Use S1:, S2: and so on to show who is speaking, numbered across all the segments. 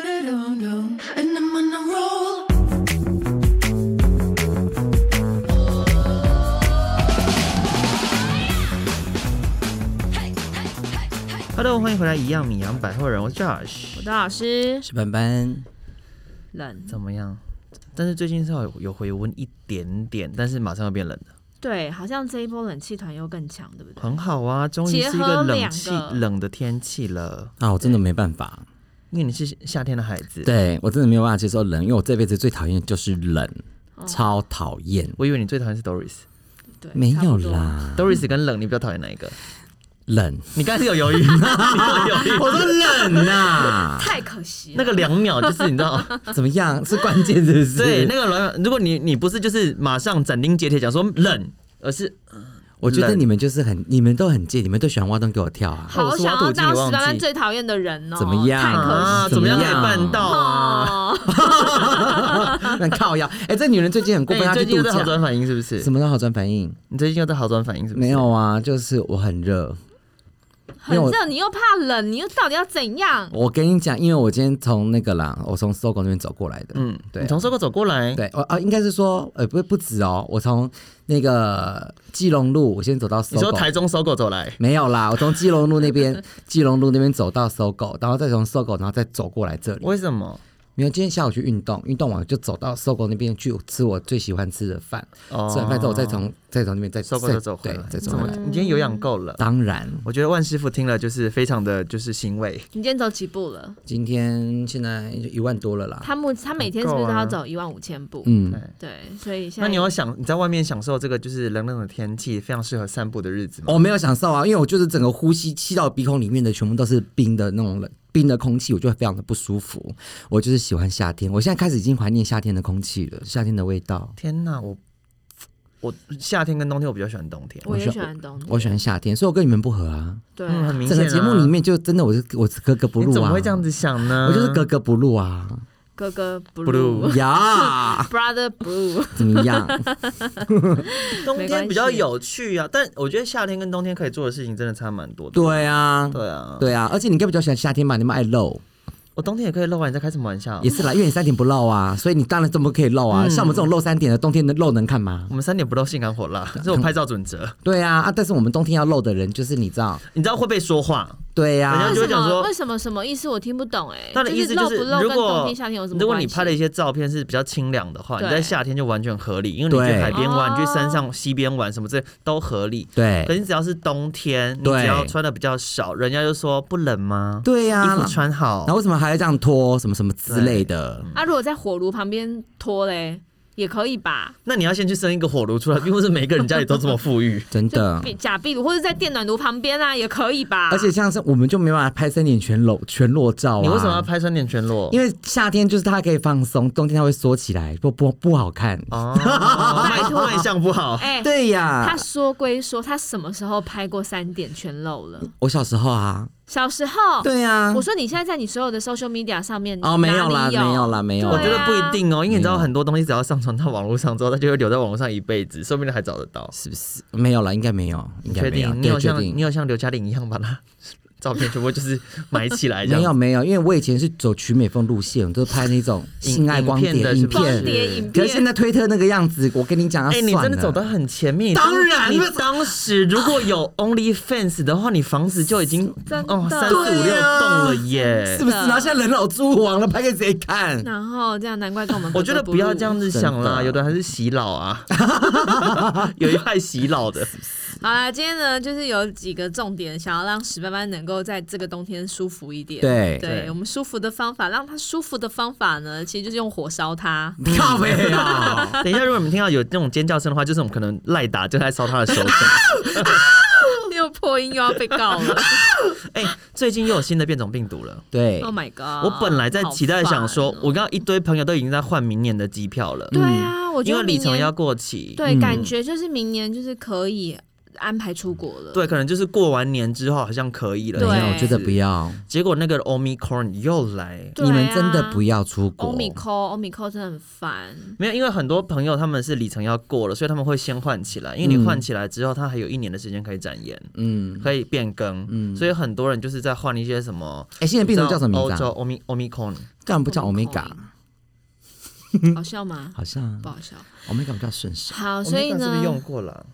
S1: And I'm on a roll.
S2: Hello，欢迎回来，一样米阳百货人，我是 Josh，
S3: 我的老师
S4: 是班班，
S3: 冷，
S2: 怎么样？但是最近是有有回温一点点，但是马上要变冷了，
S3: 对，好像这一波冷气团又更强，对不对？
S2: 很好啊，终于是一
S3: 结合
S2: 冷
S3: 两
S2: 气
S3: 个
S2: 冷的天气了。
S4: 啊，我真的没办法，
S2: 因为你是夏天的孩子，，
S4: 对我真的没有办法接受冷，因为我这辈子最讨厌就是冷，
S2: 哦
S4: 超讨厌。
S2: 我以为你最讨厌是 Doris，Doris
S3: 对，
S4: 没
S3: 差不
S4: 有
S3: 多。
S4: 啦，
S2: 跟冷，你比较讨厌哪一个？
S4: 冷，
S2: 你刚才是有犹豫，你 有犹豫，
S4: 我说冷
S2: 啊
S4: 呐、
S3: 太可惜
S2: 那
S3: 了，
S2: 个两秒就是你知道，
S4: 怎么样？是关键是不 是？
S2: 对，那个两秒，如果你你不是就是马上斩钉截铁讲说冷，而是
S4: 我觉得
S2: 冷
S4: 你们就是很，你们都很贱，你们都喜欢挖洞给我 跳啊。
S2: 我
S3: 好
S2: 是挖
S3: 想
S2: 土
S3: 要
S2: 机你
S3: 当
S2: 忘
S3: 史班班
S2: 记
S3: 最讨厌的人哦，
S4: 怎么样
S3: 太可
S2: 啊，
S3: 惜
S2: 怎么样可以
S4: 怎么样
S2: 办到啊？
S3: 哦，
S4: 那靠腰，哎、这女人最近很过
S2: 哎
S4: 分，
S2: 你
S4: 她去
S2: 最近又
S4: 度
S2: 在好
S4: 假。
S2: 转反应是不是
S4: 什？么叫好转反应？
S2: 你最近又在好转反应是不是？
S4: 没有啊，就是我很热。因为
S3: 很
S4: 我
S3: 热，你又怕冷，你又到底要怎样？
S4: 我跟你讲，因为我今天从那个啦，我从搜狗那边走过来的。
S2: 嗯，
S4: 对
S2: 你从收购走过来，
S4: 对，哦啊，应该是说，呃，不不止哦，我从那个基隆路，我先走到
S2: 你
S4: 搜
S2: 说
S4: 狗，
S2: 台中收购走来，
S4: 没有啦，我从基隆路那 边，基隆路那边走到搜狗，然后再从搜狗，然后再走过来这里。
S2: 为什么？
S4: 没有，今天下午去运动，运动完就走到搜狗那边去吃我最喜欢吃的饭，
S2: 哦
S4: 吃完饭之后再从再从那边再
S2: 收购
S4: 再
S2: 就走回
S4: 对
S2: 来，，
S4: 再走
S2: 怎
S4: 回
S2: 么
S4: 来。
S2: 你今天有氧够了。
S4: 当然，
S2: 我觉得万师傅听了就是非常的就是欣慰，
S3: 你今天走几步了？
S4: 今天现在就一万多了
S2: 啊
S4: 啦。
S3: 他目他每天是不是
S2: 够
S3: 都
S2: 啊
S3: 要走一万五千步？
S4: 嗯，
S3: 对，所以现
S2: 那
S3: 在
S2: 你有想你在外面享受这个就是冷冷的天气，非常适合散步的日子吗？
S4: 我没有享受啊，因为我就是整个呼吸气到鼻孔里面的全部都是冰的那种冷冰的空气，我就会非常的不舒服。我就是喜欢夏天，我现在开始已经怀念夏天的空气了，夏天的味道。
S2: 天哪，我我夏天跟冬天我比较喜欢冬天，
S3: 我也
S4: 我
S3: 喜欢冬天，
S4: 我喜欢夏天，所以我跟你们不合啊。
S3: 对
S2: 嗯，很明
S4: 整
S2: 显、
S4: 个
S2: 啊。
S4: 节目里面就真的我是我是格格不入
S2: 你
S4: 啊，
S2: 怎么会这样子想呢？
S4: 我就是格格不入啊。
S3: 哥哥
S2: Blue
S3: blue
S4: 呀，
S3: brother blue，
S4: 怎么样？
S2: 冬
S3: 没关
S2: 天
S3: 系
S2: 比较有趣啊，但我觉得夏天跟冬天可以做的事情真的差蛮多的。
S4: 对啊，
S2: 对啊，
S4: 对啊，而且你应该比较喜欢夏天吧？你们爱露，
S2: 我冬天也可以露啊，你在开什么玩笑？
S4: 也是啦，因为你三点不露啊，所以你当然这么可以露啊。
S2: 嗯
S4: 像我们这种露三点的，冬天能露能看吗
S2: 我？们三点不露性感火辣，
S4: 啊
S2: 这是我拍照准则。
S4: 对啊，啊，但是我们冬天要露的人，就是 你知道，
S2: 你知道会被说话，
S4: 对呀、
S2: 人家
S4: 啊
S2: 就。
S3: 为
S2: 会
S3: 什
S2: 讲说
S3: 么为什么什么意思？我听不懂哎。
S2: 他的意思就
S3: 露
S2: 是，
S3: 不露
S2: 如
S3: 跟冬
S2: 果
S3: 天夏天有什么
S2: 如果
S3: 关
S2: 你
S3: 系
S2: 拍的一些照片是比较清凉的话，你
S3: 对
S2: 在夏天就完全合理，因为你去
S4: 对
S2: 海边玩、
S3: 哦
S2: 你去山上、西边玩什么这都合理。
S4: 对
S2: 可是你只要是冬天，你
S4: 对
S2: 只要穿的比较少，人家就说不冷吗？
S4: 对呀、
S2: 衣服穿嗯好
S4: 然后。为什么还要这样拖什么什么之类的？。
S3: 啊，如果在火炉旁边拖嘞，也可以吧？
S2: 那你要先去生一个火炉出来，并不是每个人家里都这么富裕
S4: 真
S3: 就
S4: 的。
S3: 壁假壁炉或者在电暖炉旁边啊，也可以吧？
S4: 啊而且像是我们就没办法拍三点全裸全裸照啊！
S2: 你为什么要？拍三点全裸？
S4: 因为夏天就是它可以放松，冬天它会缩起来，不不不好看。
S2: 哦，卖卖相不好。
S3: 哎、
S4: 对啊
S3: 他
S4: 呀，
S3: 说归说，他什么时候拍过三点全漏了？
S4: 我小时候啊，
S3: 小时
S2: 哦
S3: 候，
S4: 对呀
S3: 我，说你现在在你所有的 social media 上面
S4: 哦，没有
S3: 哪
S4: 啦，
S3: 里
S4: 没
S3: 有啊
S4: 有啦，没有
S2: 我
S4: 啦。
S2: 觉得不一定哦，因为你知道
S4: 没有
S2: 很多东西只要上传到网络上之后，它就会留在网络上一辈子，说不定还找得到。
S4: 是不是没有啦？应该没有，应该
S2: 确
S4: 没有。
S2: 定？你
S4: 对，
S2: 有
S4: 确
S2: 像
S4: 定
S2: 你有像刘嘉玲一样把她照片全部就是埋起来这样？
S4: 没有，没有，因为我以前是走曲美凤路线，我都是拍那种
S2: 影
S4: 性爱光碟
S2: 影片的是
S4: 影
S2: 不是
S3: 光
S4: 片。
S3: 碟影
S4: 可是现
S3: 片，
S4: 在推特那个样子，我跟你讲，要
S2: 哎、
S4: 算
S2: 你真的
S4: 了
S2: 走到很前面。
S4: 当
S2: 你
S4: 然
S2: 你当时如果 有 OnlyFans 的话，你房子就已经
S3: 真的
S2: 哦三四五六
S4: 对啊
S2: 栋了耶
S4: 是。不是？
S2: 嗯
S4: 然后现在人老珠黄了，拍给谁看？
S3: 然后这样难怪跟我们
S2: 我觉得
S3: 不
S2: 不要这样子想
S4: 真
S2: 啦，
S4: 的
S2: 有的还是洗脑 啊，有一派洗脑的。
S3: 好啦，今天呢，就是有几个重点，想要让史班班能够在这个冬天舒服一点。
S4: 对
S2: 对
S3: 我们舒服的方法，让他舒服的方法呢，其实就是用火烧他。
S4: 靠背啊！
S2: 等一下，如果你们听到有那种尖叫声的话，就是我们可能赖打正在烧他的手 指。
S3: 又破音又要被告了
S2: 哎、最近又有新的变种病毒了。
S4: 对
S3: ！Oh my god！
S2: 我本来在期待想说
S3: 好，烦哦
S2: 我刚刚一堆朋友都已经在换明年的机票了，
S3: 对啊，我觉
S2: 因
S3: 得
S2: 为里
S3: 明
S2: 程
S3: 年
S2: 要过期。
S3: 对，
S4: 嗯
S3: 感觉就是明年就是可以。安排出国了。
S2: 对，可能就是过完年之后好像可以了。
S3: 对
S2: 这
S4: 没有，
S2: 样
S4: 我觉得不要，
S2: 结果那个 Omicron 又来，
S3: 对啊，
S4: 你们真的不要出国。
S2: 啊
S3: Omicron Omicron 真的很烦。
S2: 没有，因为很多朋友他们是里程要过了，所以他们会先换起
S3: 嗯
S2: 来，因为你换起来之后，它还有一年的时间可以展延，
S4: 嗯，
S2: 可以变更，
S3: 嗯
S2: 所以很多人就是在换一些什么。
S4: 哎，现在病毒叫什么
S2: 欧
S4: 名字
S2: 洲
S4: 啊？
S2: Omi Omicron，
S4: 干嘛不叫 Omega？
S3: 好笑吗？
S4: 好像
S3: 不好笑。
S4: Omega 比较顺手
S3: 好，哦所以
S2: Omicron 是不
S3: 呢
S2: 是，用过了？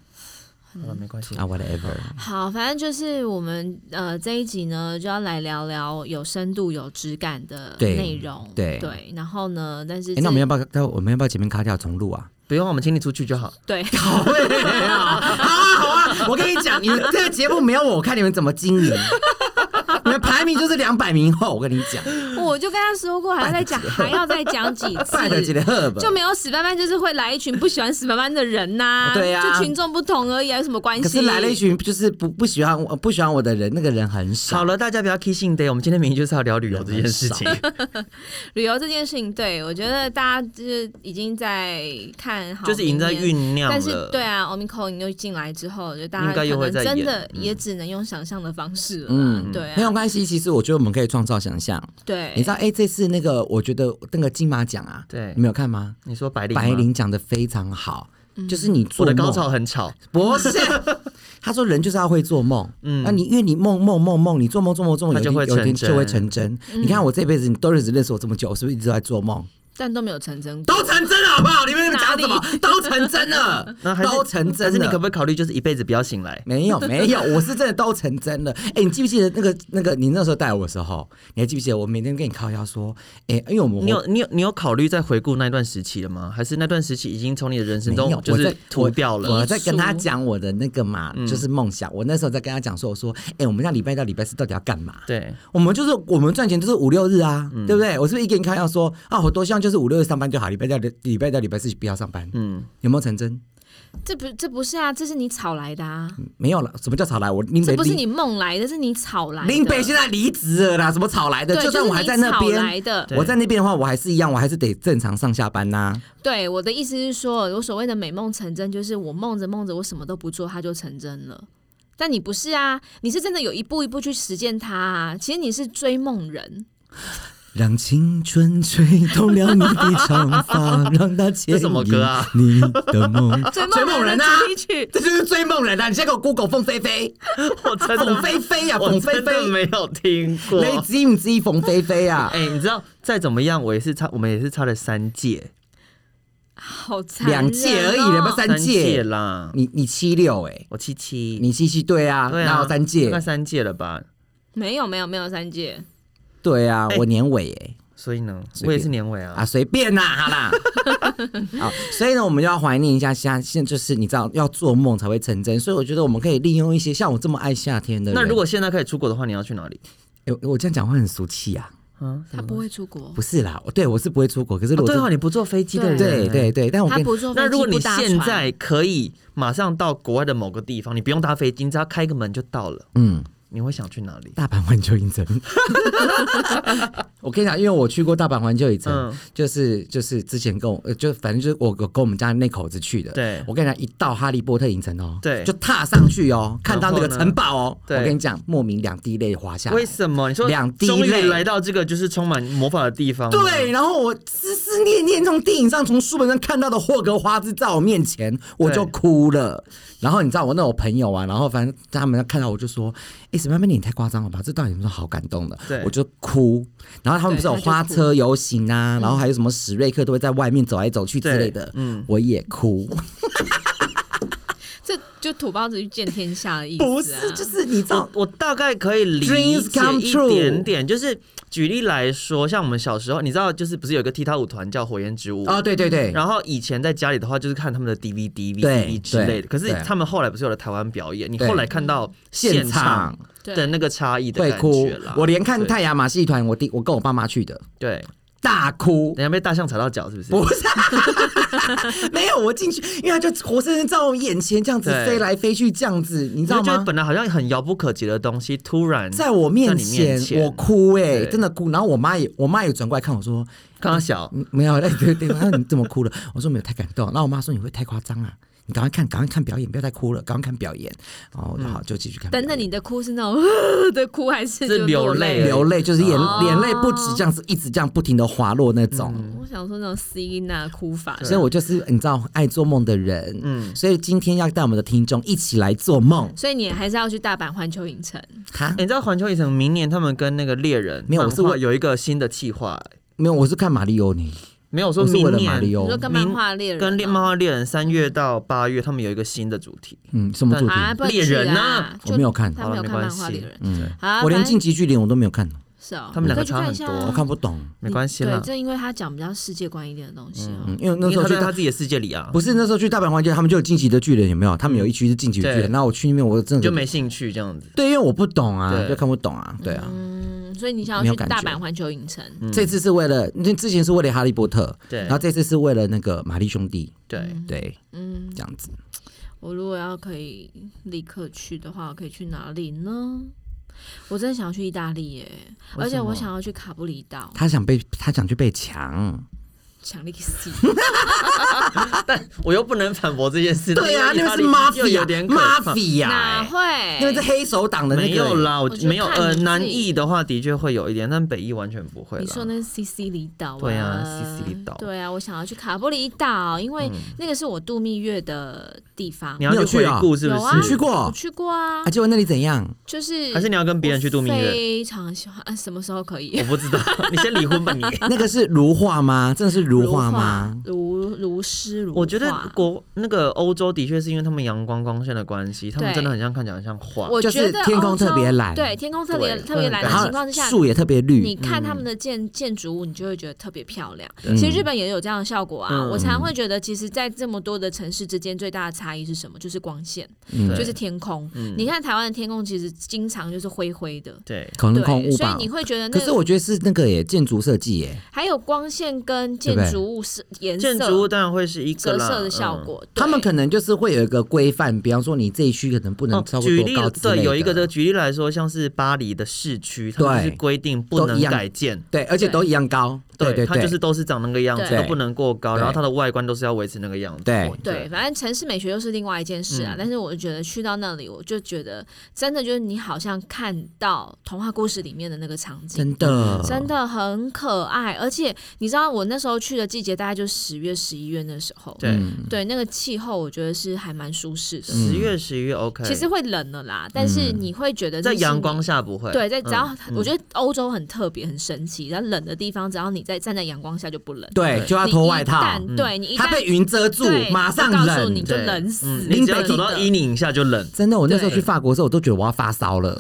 S2: 好了，没关系
S4: 啊。，whatever。
S3: 好，反正就是我们呃这一集呢，就要来聊聊有深度、有质感的
S4: 对
S3: 内容。
S4: 对
S3: 然后呢，但是
S4: 哎，那我们要
S3: 要
S4: 不要？那我们要不要前面卡掉重录啊？
S2: 不用，我们请你出去就好。
S3: 对
S2: 啊
S4: 啊我跟你讲，你们这个节目没有我，我看你们怎么经营。 你们排名就是两百名后，我跟你讲，
S3: 我就跟他说过，还要再讲，还要再讲几
S4: 拜的
S3: 次
S4: 几。的赫本
S3: 就。没有死班班，就是会来一群不喜欢死班班的人呐、
S4: 哦对呀
S3: 就群众不同而已，还有什么关系？
S4: 可是来了一群就是不不喜欢呃我不喜欢我的人，那个人很少。
S2: 好了，大家不要 kissing day，我们今天明明就是要聊旅游这件事情。
S3: 旅游这件事情，对我觉得大家就是已经在看好，
S2: 就是已经在酝酿了。
S3: 但是对啊，Omicron 又进来之后，就大
S2: 应该
S3: 家
S2: 又
S3: 可
S2: 会再
S3: 能真
S2: 演
S3: 的也只能用想象的方式了啦。
S4: 嗯
S3: 对啊
S4: 没有关系。其实我觉得我们可以创造想象。
S3: 对，
S4: 你知道，哎、这次那个我觉得那个金马奖啊，
S2: 对
S4: 你没有看吗？
S2: 你说白领吗，嗯
S4: 白灵讲的非常好，就是你
S2: 我
S4: 做
S2: 的
S4: 梦
S2: 高潮很吵。
S4: 不 是。他说人就是要会做梦，嗯，那你因为你梦梦梦梦，你做梦做梦做
S2: 它
S4: 梦，有
S2: 就
S4: 一天
S2: 会
S4: 有一
S2: 成
S4: 天
S2: 真嗯
S4: 就会成真。你看我这辈子，你都认识认识我这么久，我是不是一直都在做梦？
S3: 但都没有成真过。
S4: 都成真了，好不好？你们讲什么
S3: 哪？
S4: 都成真了
S2: 那，还是
S4: 都成
S2: 但
S4: 真
S2: 是
S4: 了。
S2: 你可不可以考虑，就是一辈子不要醒来？
S4: 没 有没有，我是真的都成真了。哎、你记不记得那个那个你那时候带我的时候，你还记不记得我每天跟你靠腰说，哎、因为我们
S2: 你有你有你有考虑再回顾那段时期了吗？还是那段时期已经从你的人生
S4: 没有
S2: 中就
S4: 我
S2: 是
S4: 在
S2: 涂掉了？
S4: 我我在跟他讲我的那个嘛，
S3: 嗯
S4: 就是梦想。我那时候在跟他讲说，我说，哎、我们那礼拜到礼拜四到底要干嘛？
S2: 对，
S4: 我们就是我们赚钱就是五六日啊，
S3: 嗯
S4: 对不对？我是不是一跟你开要说啊，我多希望就是五六日上班就好，礼拜到礼拜到礼拜四不要上班，
S2: 嗯，
S4: 有没有成真？
S3: 这不这不是啊，这是你炒来的啊，
S4: 没有了。什么叫吵来？我林北
S3: 这不是
S4: 离
S3: 你梦来的，是你炒来的。
S4: 林北现在离职了啦，什么吵来的？
S3: 对，
S4: 就算我还在那
S3: 就是你炒
S4: 边，
S3: 来的。
S2: 对
S4: 我在那边的话，我还是一样，我还是得正常上下班呐、
S3: 对，我的意思是说，我所谓的美梦成真，就是我梦着梦着，我什么都不做，它就成真了。但你不是啊，你是真的有一步一步去实践它啊。其实你是追梦人，
S4: 让青春吹动了你的长发，让它牵
S2: 这什么
S4: 引
S2: 歌啊
S4: 你 的梦。
S3: 追
S4: 追梦人啊
S3: 的主题曲。
S4: 这就是追梦人啊！你现在给我 Google 凤飞飞，
S2: 我真的
S4: 凤飞 飞啊，
S2: 我
S4: 凤飞
S2: 真的
S4: 飞，
S2: 没有听 过。
S4: 雷吉姆吉凤飞飞啊！
S2: 哎、你知道再怎么样，我也是差，我们也是差了三届，
S3: 好啊惨、
S4: 两届而已，有没有？三届？
S2: 啦。
S4: 你你七六哎，
S2: 我七七，
S4: 你七七对啊，
S2: 对
S4: 然
S2: 啊，
S4: 后三
S2: 大
S4: 届
S2: 概，三届了吧？
S3: 没有没有没有三届，
S4: 对啊，
S2: 哎
S4: 我年尾哎
S2: 所以呢，
S4: 随便
S2: 我也是年尾啊
S4: 啊，。随便啦，好啦，好，所以呢，我们就要怀念一下夏，现在就是你知道要做梦才会成真，所以我觉得我们可以利用一些像我这么爱夏天的人，
S2: 那如果现在可以出国的话，你要去哪里？
S4: 哎我我这样讲话很俗气啊，
S2: 嗯，
S3: 他不会出国
S4: 不，是啦，我对我是不会出国，可是
S2: 哦
S4: 我
S2: 对
S4: 真
S2: 哦，你不坐飞机的人，
S4: 对对对，但我
S3: 他
S4: 跟
S3: 不坐飞
S2: 那
S3: 机，
S2: 如果你
S3: 不搭
S2: 现
S3: 船
S2: 在可以马上到国外的某个地方，你不用搭飞机，你只要开个门就到了，
S4: 嗯。
S2: 你会想去哪里？
S4: 大阪环球 影城。我跟你讲，因为我去过大阪环球影城，
S2: 嗯
S4: 就是就是之前跟我，呃就反正就是我我跟我们家那口子去的。
S2: 对
S4: 我跟你讲，一到哈利波特影城哦，
S2: 对
S4: 就踏上去哦，看到那个
S2: 然后呢
S4: 城堡哦，我
S2: 对
S4: 跟你讲，莫名两滴泪滑下来
S2: 为。什么？你说
S4: 两滴
S2: 终于
S4: 泪
S2: 来到这个就是充满魔法的地方，
S4: 对，，然后我思思念念从电影上、从书本上看到的霍格华兹在我面前，我就哭了。然后你知道我那种朋友啊，然后反正他们看到我就说：“哎，什么妹你也太夸张了吧？这到底有什么好感动的？”
S2: 对
S4: 我就哭。然后他们不是有
S3: 对他就哭
S4: 花车游行啊，然后还有什么史瑞克都会在外面走来走去之类的
S2: 对，嗯
S4: 我也哭。
S3: 这就土包子去见天下的意思、啊，
S4: 不是，就是你知道
S2: 我，我大概可以理
S4: Dreams
S2: 解
S4: come
S2: 一
S4: true
S2: 点点，就是举例来说，像我们小时候，你知道，就是不是有一个踢踏舞团叫火焰之舞？
S4: 哦，对对对，
S2: 然后以前在家里的话，就是看他们的 DVD、
S4: 对
S2: VCD 之类
S4: 对
S2: 的。可是
S4: 对
S2: 他们后来不是有了台湾表演？你
S4: 对
S2: 后来看到
S4: 现
S2: 现
S4: 场
S2: 场
S3: 对
S2: 的那个差异的
S4: 会
S2: 感
S4: 哭
S2: 觉啦。。
S4: 我连看
S2: 对
S4: 泰雅马戏团，我弟我跟我爸妈去的，
S2: 对，
S4: 大哭。
S2: 等一下被大象踩到脚是不是？
S4: 不是、 没有我进去，因为他就活生生在我眼前这样子
S2: 对
S4: 飞来飞去，这样子，你
S2: 你
S4: 知道
S2: 就觉
S4: 吗
S2: 得？本来好像很遥不可及的东西，突然
S4: 在我
S2: 在
S4: 面
S2: 你
S4: 前，
S2: 面前
S4: 我哭哎、
S2: 对
S4: 真的哭。然后我妈也，我妈也转过来看我说
S2: 看到小：“
S4: 嗯，没有，对对对，那你怎么哭了？”我说：“没有，太感动。”然后我妈说：“你会太夸张啊，你赶快看，赶快看表演，不要再哭了，赶快看表演。”哦然后我就好，
S2: 嗯
S4: 就继续看表演。
S3: 等等，你的哭是那种呃的哭，还是
S2: 是
S3: 就
S2: 流
S3: 落
S2: 泪
S3: 了
S4: 流泪，就是眼、
S3: 哦
S4: 眼泪不止这样子，一直这样不停的滑落那种。
S2: 嗯
S3: 我想说那种 C 娜哭法，
S4: 所以我就是你知道爱做梦的人，嗯，所以今天要带我们的听众一起来做梦。
S3: 所以你还是要去大阪环球影城。
S4: 哈
S2: 欸，你知道环球影城明年他们跟那个猎人
S4: 没有我是
S2: 漫画
S4: 问
S2: 有一个新的计划、欸
S4: 没有，我是看马里奥呢，
S2: 没有说
S4: 我是
S2: 明
S4: 为了马里
S2: 年
S4: 奥
S3: 你。说跟漫画猎人哦
S2: 跟猎
S3: 吗
S2: 漫画猎人三月到八月，他们有一个新的主题。
S4: 嗯，什么主题？
S3: 啊，不能
S2: 猎人
S3: 去
S2: 啊
S3: 啊，就
S4: 我没有看
S3: 他没有看
S2: 好了没
S3: 漫
S2: 关
S3: 画
S2: 系
S3: 猎人，
S4: 嗯，
S3: 好啊，
S4: 我连
S3: 反正
S4: 进击巨人我都没有看，
S3: 是哦，
S2: 他们两个
S3: 你可以去
S2: 差
S3: 看
S2: 很
S3: 一下
S2: 多
S3: 啊
S4: 我看不懂。
S2: 没关系
S3: 对
S2: 啦，，
S3: 正因为他讲比较世界观一点的东西哦。
S4: 嗯，因为
S2: 因
S4: 那
S2: 为
S4: 时候
S2: 他
S4: 去
S2: 在
S4: 大
S2: 他自己的世界里啊，嗯
S4: 不是那时候去大阪环球，他们就有晋级的巨人，有没有？他们有一区是晋级的巨人，
S2: 对
S4: 那我去那边我真的
S2: 就没兴趣这样子。
S4: 对，因为我不懂啊，
S2: 对
S4: 就看不懂啊，对啊。
S3: 嗯，所以你想
S4: 没
S3: 要
S4: 有
S3: 去
S4: 感
S3: 大
S4: 觉嗯
S3: 阪环球影城，
S4: 这次是为了，那之前是为了哈利波特，
S2: 对
S4: 然后这次是为了那个玛丽兄弟，
S2: 对，
S4: 对，
S3: 嗯，
S4: 这样子。
S3: 我如果要可以立刻去的话，我可以去哪里呢？我真的想要去意大利耶，而且我想要去卡布里岛，
S4: 他想被他想去被抢，
S3: 强力 死。
S4: 欸
S2: 但我又不能反驳这件事。
S4: 对啊，
S2: 因
S4: 那
S2: 为
S4: 个是
S2: 意大利又
S4: mafia，
S2: 有点可怕
S4: mafia，
S3: 哪
S4: 哎那个是
S3: 会？
S4: 黑手党的那个，
S2: 没有啦，我
S3: 我觉得
S2: 没有
S3: 看你
S2: 呃
S3: 自己
S2: 南艺的话的确会有一点，但北艺完全不会啦。
S3: 你说那是西西里岛啊？
S2: 对啊西西里岛嗯
S3: 对啊，我想要去卡布里岛，因为那个是我度蜜月的地方
S2: 你。要
S4: 你有
S2: 去
S4: 去啊
S2: 回顾是不
S3: 有
S2: 是？
S3: 啊，
S4: 你去过
S3: 我去过啊
S4: 啊，，结果那里怎样？
S3: 就是
S2: 还是你要跟别人去度蜜
S3: 我
S2: 月？
S3: 非常喜欢，啊什么时候可以
S2: 我？不知道， 你先离婚吧你。
S4: 那个是如画吗？真的是 如画吗？？
S3: 如如诗如 画，
S2: 我觉得国那个欧洲的确是因为他们阳光光线的关系，他们
S3: 对
S2: 真的很像看起来很像画。
S3: 我
S4: 就是
S3: 觉得
S4: 天空
S3: 欧洲
S4: 特别蓝嗯
S3: 对，天空特别
S2: 对
S3: 特别蓝的
S4: 然
S3: 情况
S4: 后
S3: 之下，
S4: 树也嗯特别
S3: 你
S4: 绿，
S3: 看他们的建建筑物，你就会觉得特别漂亮。其
S4: 嗯
S3: 实日本也有这样的效果啊。
S2: 嗯
S3: 我常常会觉得，其实，在这么多的城市之间，最大的差异是什么？就是光线，
S4: 嗯
S2: 对
S3: 就是天空。你看台湾的天空，其实经常就是灰灰的，
S2: 对，
S4: 可能空
S3: 对，
S4: 屋
S3: 所以
S4: 吧
S3: 你。会觉得那
S4: 可是我觉得是那个耶，建筑设计耶，
S3: 还有光线跟建
S4: 对不对
S3: 筑物是颜色
S2: 建筑物当然会是一个
S3: 折
S2: 啦嗯
S3: 射的效。果。对
S4: 嗯他们可能就是会有一个规范，比方说你这一区可能
S2: 嗯
S4: 不能
S2: 哦
S4: 超，过
S2: 举
S4: 多
S2: 例
S4: 高之类
S2: 对，有一个的
S4: 的，
S2: 举例来说，像是巴黎的市区，它们
S4: 对
S2: 就是规定不
S4: 都
S2: 能
S4: 一样
S2: 改建，
S4: 对，而且都一样高，对对
S2: 它就
S4: 对
S2: 是，都是长那个样子，
S3: 对
S2: 都不能过高，
S4: 对
S2: 然后它的外观都是要维持那个样子。
S4: 对嗯
S3: 对，反正城市美学又是另外一件事啊。但是我觉得去到那里，我就觉得真的就是你好像看到童话故事里面的那个场景，
S4: 真的
S3: 真的很可爱。而且你知道我那时候去的季节大概就十月、十一月那时候，
S2: 对，
S4: 嗯
S3: 对那个气候我觉得是还蛮舒适的。
S2: 十
S4: 嗯
S2: 月十一月 OK，
S3: 其实会冷了啦，但是你会觉得
S2: 在
S3: 那是
S2: 阳
S3: 你
S2: 光下不会。
S3: 对，在只要、
S2: 嗯
S3: 我觉得欧洲很特别、很神奇，然后冷的地方，只要你在站在阳光下就不冷。
S4: 对，就要
S3: 你
S4: 脱
S3: 一
S4: 外套
S3: 旦，对你一
S4: 它
S3: 旦
S4: 被云遮住
S3: 对，
S4: 马上
S3: 我告诉你
S4: 冷。
S3: 就
S2: 对
S3: 冷死
S2: 嗯你只要走到
S3: 真的
S2: 衣领一下就 冷。
S4: 真的，我那时候
S3: 对
S4: 去法国的时候，我都觉得我要发烧了。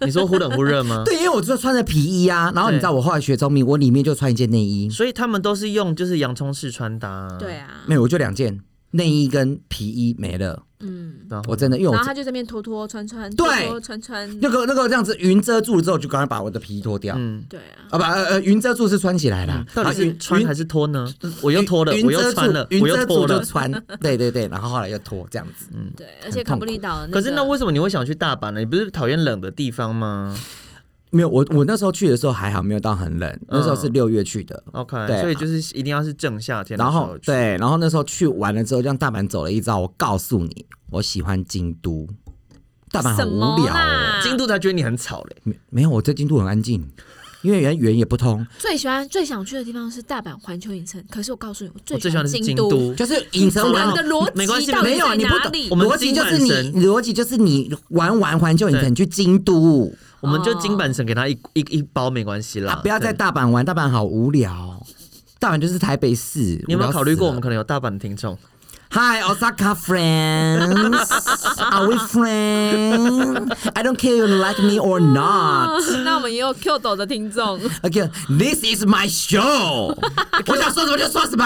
S2: 你说忽冷忽热吗？
S4: 对，因为我就穿着皮衣啊，然后你知道我后来学中米，我里面就穿一件内衣，
S2: 所以他们都是用就是洋葱式穿搭、
S3: 对，啊，
S4: 没有，我就两件内衣跟皮衣没了。
S3: 嗯，
S2: 哦然后
S4: 我真的，因为
S3: 然
S4: 我
S3: 后他就这边拖拖穿穿，
S4: 对
S3: 拖拖穿穿，
S4: 那个那个这样子云遮住了之后，就赶快把我的皮衣脱掉。
S2: 嗯，
S3: 对啊，
S4: 啊不，呃呃，云遮住是穿起来啦，
S2: 到底
S4: 啊
S2: 是
S4: 云
S2: 穿
S4: 云
S2: 还是脱呢？我又脱了，
S4: 云
S2: 我又
S4: 遮
S2: 穿
S4: 住
S2: 了，
S4: 云
S2: 我又
S4: 遮住
S2: 脱
S4: 就
S2: 了。嗯
S4: 穿， 对对对，然后后来又脱这样子。
S3: 对，而且
S4: 痛
S3: 卡
S4: 苦
S3: 布里岛的个
S2: 可是那为什么你会想去大阪呢？你不是讨厌冷的地方吗
S4: 没有，我我那时候去的时候还好，没有到很冷，
S2: 嗯
S4: 那时候是六月去的。
S2: ？OK，
S4: 对啊
S2: 所以就是一定要是正夏天的
S4: 然
S2: 时
S4: 后
S2: 候去。
S4: 对，然后那时候去完了之后，让大阪走了一遭。我告诉你，我喜欢京都，大阪好
S3: 什么
S4: 无聊
S3: 啦
S4: 哦。
S2: 京都才觉得你很吵嘞，
S4: 没没有，我在京都很安静，因为原原也不通，
S3: 最喜欢最想去的地方是大阪环球影城，可是我告诉你，我
S2: 我最
S3: 喜
S2: 喜欢
S3: 欢
S2: 的是京
S3: 都。
S2: 都。
S4: 就是影城
S3: 我
S4: 玩
S3: 们的逻
S2: 嗯没关系
S3: 辑到底
S4: 没有
S3: 在
S4: 你不
S3: 哪
S4: 懂
S3: 里
S2: 我？们
S4: 逻辑就是
S2: 金
S4: 你
S2: 板神
S4: 逻辑就是你玩完环球影城去京都，
S2: 我们就金板神给他一一一包没关系啦
S4: 啊，，不要在
S2: 对。
S4: 大阪玩，大阪好无聊。大阪就是台北市，
S2: 你有没有考虑过我们
S4: 无
S2: 可能有大阪的听众？
S4: 聊死了？Hi Osaka friends, are we friends? I don't care you like me or not.
S3: 那我们也有 Q 斗的听众
S4: Again, this is my show. 我想说什么就说什么。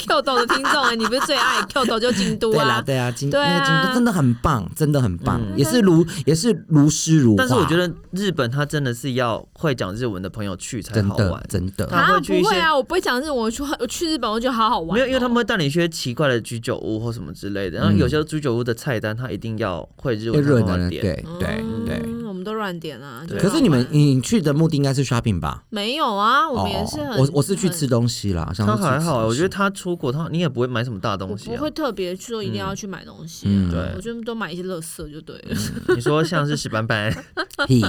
S3: ，Q 斗的听众啊，你不是最爱 Q 斗就京都
S4: 对啦，
S3: 啊？
S4: 对啊，京
S3: 对
S4: 那个京都
S3: 啊
S4: 真的很棒，真的很棒，也是如也是如诗如画。
S2: 嗯但是我觉得日本它真的是要会讲日文的朋友去才
S4: 真
S2: 好玩
S4: 的。真的，
S2: 他
S3: 啊，
S2: 会去一
S3: 不
S2: 些
S3: 会啊，我不会讲日文，我去我去日本我觉得好好玩哦。
S2: 没有，因为他们会带你去一些奇怪的居酒屋或什么之类的。然后有些居酒屋的菜单，他一定要会日
S4: 嗯要
S2: 文才
S4: 热
S2: 有
S4: 闹
S2: 办
S4: 的，
S2: 法
S4: 对
S2: 点。
S4: 对对。
S3: 嗯，我们们都乱点哦啊。就
S2: 对
S4: 可是你
S3: 乱
S4: 们
S3: 玩
S4: 你去的目的应该是 shopping 吧？
S3: 没有啊？我们也是很，
S4: 哦、我我是去
S3: 很
S4: 吃东西啦，想
S2: 他
S4: 说去
S2: 还
S4: 吃
S2: 好啊，
S4: 东
S2: 我觉得
S4: 西
S2: 他出国，他你也不会买什么大东
S3: 我
S2: 西
S3: 不
S2: 啊
S3: 会。特别说一定要去买东西、啊
S4: 嗯
S2: 对
S3: 我就都买一些垃圾就对了。
S2: 你说像是石斑斑，
S4: 屁，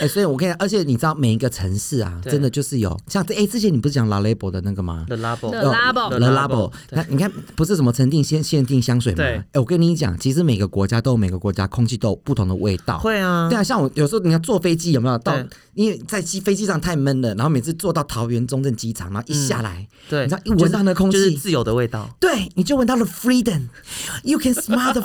S4: 哎、所以我跟你讲，而且你知道每一个城市啊，
S2: 对
S4: 真的就是有像这哎、之前你不是讲 La Label 的那个吗？
S2: The Labo，
S3: The Labo
S2: The
S4: l a b o
S2: Labo，
S4: 那你看不是什么沉定限限定香水吗？
S2: 对
S4: 哎、我跟你讲，其实每个国家都有每个国家空气都有不同的味道。
S2: 会啊
S4: 对，啊，像我有时候你看坐飞机有没有到
S2: 对？
S4: 因为在机飞机上太闷了，然后每次坐到桃园中正机场，然后一下来，
S2: 嗯对，
S4: 你知道一闻到那空气
S2: 就是就是自由的味 道。
S4: 对，你就闻到了 freedom，you can smell the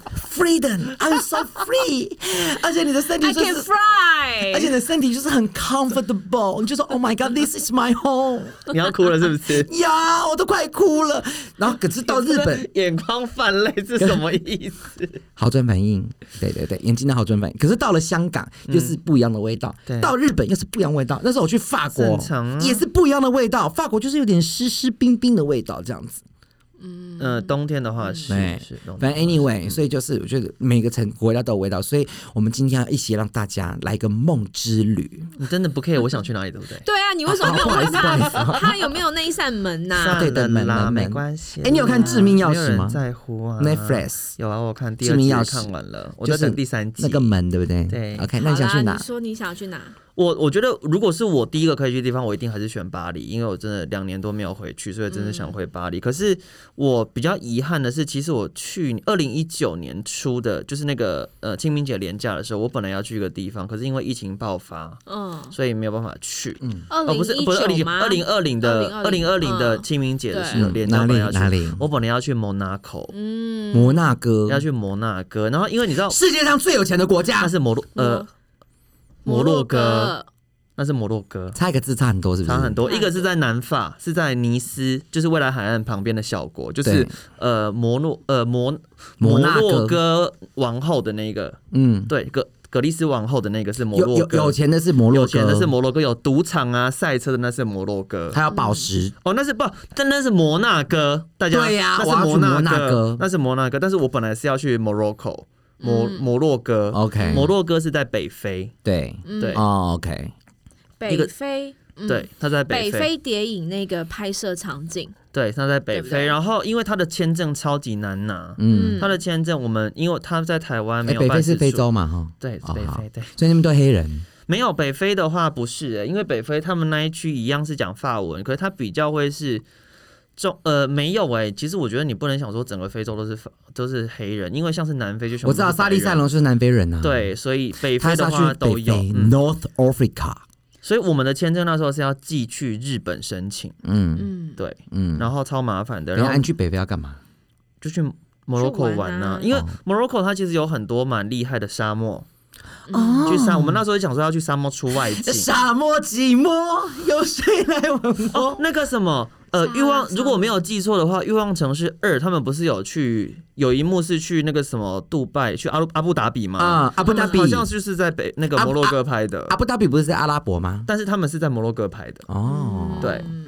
S4: freedom，freedom，I'm so free，而 且你的身体
S3: I
S4: 就
S3: can
S4: 是，而且
S3: fly，
S4: 你的身体就是很 comfortable，你就说 Oh my God，this is my home，？
S2: 你要哭了是不是
S4: 呀，我都快哭了。然后可是到日本
S2: 眼眶泛泪是什么意思？
S4: 好转反应，对对对，眼睛的好转反应。可是到了香港又是不一样的味道，
S2: 嗯对
S4: 到日本又是不一样的味道。那时候我去法国
S2: 正常啊
S4: 也是不一样的味道，法国就是有点湿湿冰冰的味道这样子。
S2: 嗯，冬天的话
S4: 对
S2: 是是，冬
S4: 反
S2: 天
S4: 正
S2: 嗯
S4: anyway，所以就是我觉得每个城国家都有味道，所以我们今天要一起让大家来个梦之旅。
S2: 你真的不 care 我想去哪里，对不对？
S3: 对啊，你为什么没有问他？他有没有那一扇门呐、
S4: 对对门
S2: 啦，
S4: 门门
S2: 没关系啦。
S4: 哎你有看致命钥匙吗
S2: 没有人在乎啊
S4: Netflix
S2: 有啊，我看第
S4: 致
S2: 二
S4: 命
S2: 季
S4: 钥匙
S2: 看完了，我
S4: 就
S2: 在
S4: 是
S2: 等第三季。
S4: 那个门，对不对？
S2: 对
S4: ，OK，那你想
S3: 好
S4: 去
S3: 啦
S4: 哪
S3: 你？说你想去哪？
S2: 我我觉得，如果是我第一个可以去的地方，我一定还是选巴黎，因为我真的两年多没有回去，所以真的想回巴黎。可是我比较遗憾的是，其实我去二零一九年初的，就是那个呃清明节连假的时候，我本来要去一个地方，可是因为疫情爆发，
S3: 嗯，
S2: 所以没有办法去。嗯，
S3: 二
S2: 哦，
S3: 零
S2: 不是不是二
S3: 一
S2: 零九
S3: 九吗？
S2: 二零二零的二零二零的
S3: 嗯
S2: 清明节的时
S3: 对
S2: 候，
S4: 嗯
S2: 连
S4: 哪
S2: 假本
S4: 里
S2: 来要去
S4: 哪里
S2: 我本来要去蒙纳口，
S3: 嗯，
S4: 摩纳哥，
S2: 要去摩纳哥，然后因为你知道
S4: 世界上最有钱的国家
S2: 那，是摩洛呃
S3: 嗯
S2: 摩洛哥，那是摩洛哥，
S4: 差一个字差很多，是不是？
S2: 差很多。
S3: 差
S2: 一个是在南法，是在尼斯，就是未来海岸旁边的小国，就是
S4: 对
S2: 呃摩洛呃摩
S4: 摩纳哥
S2: 洛哥王后的那个，
S4: 嗯，
S2: 对格格丽斯王后的那个是摩
S4: 有
S2: 洛
S4: 有
S2: 哥，
S4: 有钱的是摩洛
S2: 有
S4: 哥，
S2: 钱的是摩洛哥，有赌场啊赛车的那是摩洛哥。
S4: 还有宝石。
S2: 哦，那是不，但那是摩纳哥，大家
S4: 对呀
S2: 那
S4: 我要
S2: 是
S4: 去
S2: 摩
S4: 摩纳哥嗯
S2: 哥，那是摩纳哥。但是我本来是要去 Morocco，摩摩洛哥
S4: OK
S2: 摩洛哥是在北非，
S4: 对，
S2: 对
S4: 哦，OK，
S2: 一
S3: 北
S2: 个
S3: 非，嗯
S2: 对，，他在北
S3: 北
S2: 非，
S3: 非谍影那个拍摄场景，
S2: 对，他在北
S3: 对不对
S2: 非。然后因为他的签证超级难拿，
S4: 嗯，
S3: 嗯
S2: 他的签证我们因为他在台湾嗯没
S4: 哎，
S2: 有
S4: 北
S2: 办
S4: 非
S2: 事
S4: 是
S2: 处
S4: 非，洲嘛，哈，
S2: 对，
S4: 哦
S2: 北
S4: 好
S2: 非对，
S4: 所以那边都黑人，
S2: 没有北非的话不是、欸，因为北非他们那一区一样是讲法文，可是他比较会是中呃没有哎、其实我觉得你不能想说整个非洲都是法都是黑人，因为像是南非就全部
S4: 我知道
S2: 是白
S4: 沙利塞
S2: 人。
S4: 隆就是南非人啊，，
S2: 对，所以北
S4: 他
S2: 非
S4: 是
S2: 的
S4: 要
S2: 话
S4: 去
S2: 都
S4: 北
S2: 有，
S4: 非
S2: 嗯，
S4: North Africa，
S2: 所以我们的签证那时候是要寄去日本申请，
S4: 嗯
S3: 嗯，
S2: 对，
S4: 嗯，
S2: 然后超麻烦的，
S4: 等一
S2: 然
S4: 下
S2: 后
S4: 你去北非要干嘛？
S2: 就去 Morocco
S3: 玩
S2: 玩
S3: 啊
S2: 呢、因为
S4: 哦
S2: Morocco 它其实有很多蛮厉害的沙漠，
S3: 嗯
S4: 哦
S2: 去沙，我们那时候就想说要去沙漠出外景，
S4: 沙漠寂寞，有谁来吻
S2: 哦
S4: 我？，
S2: 那个什么。呃，
S3: 沙
S2: 欲望
S3: 沙
S2: 如果我没有记错的话，《欲望城市二》他们不是有去有一幕是去那个什么杜拜，去阿布阿布达比吗？
S4: 啊，阿布达比，
S2: 好像就是在北那个
S4: 阿布
S2: 摩洛哥拍的，
S4: 阿布达比不是在阿拉伯吗？
S2: 但是他们是在摩洛哥拍的。
S4: 哦，
S2: 对
S3: 嗯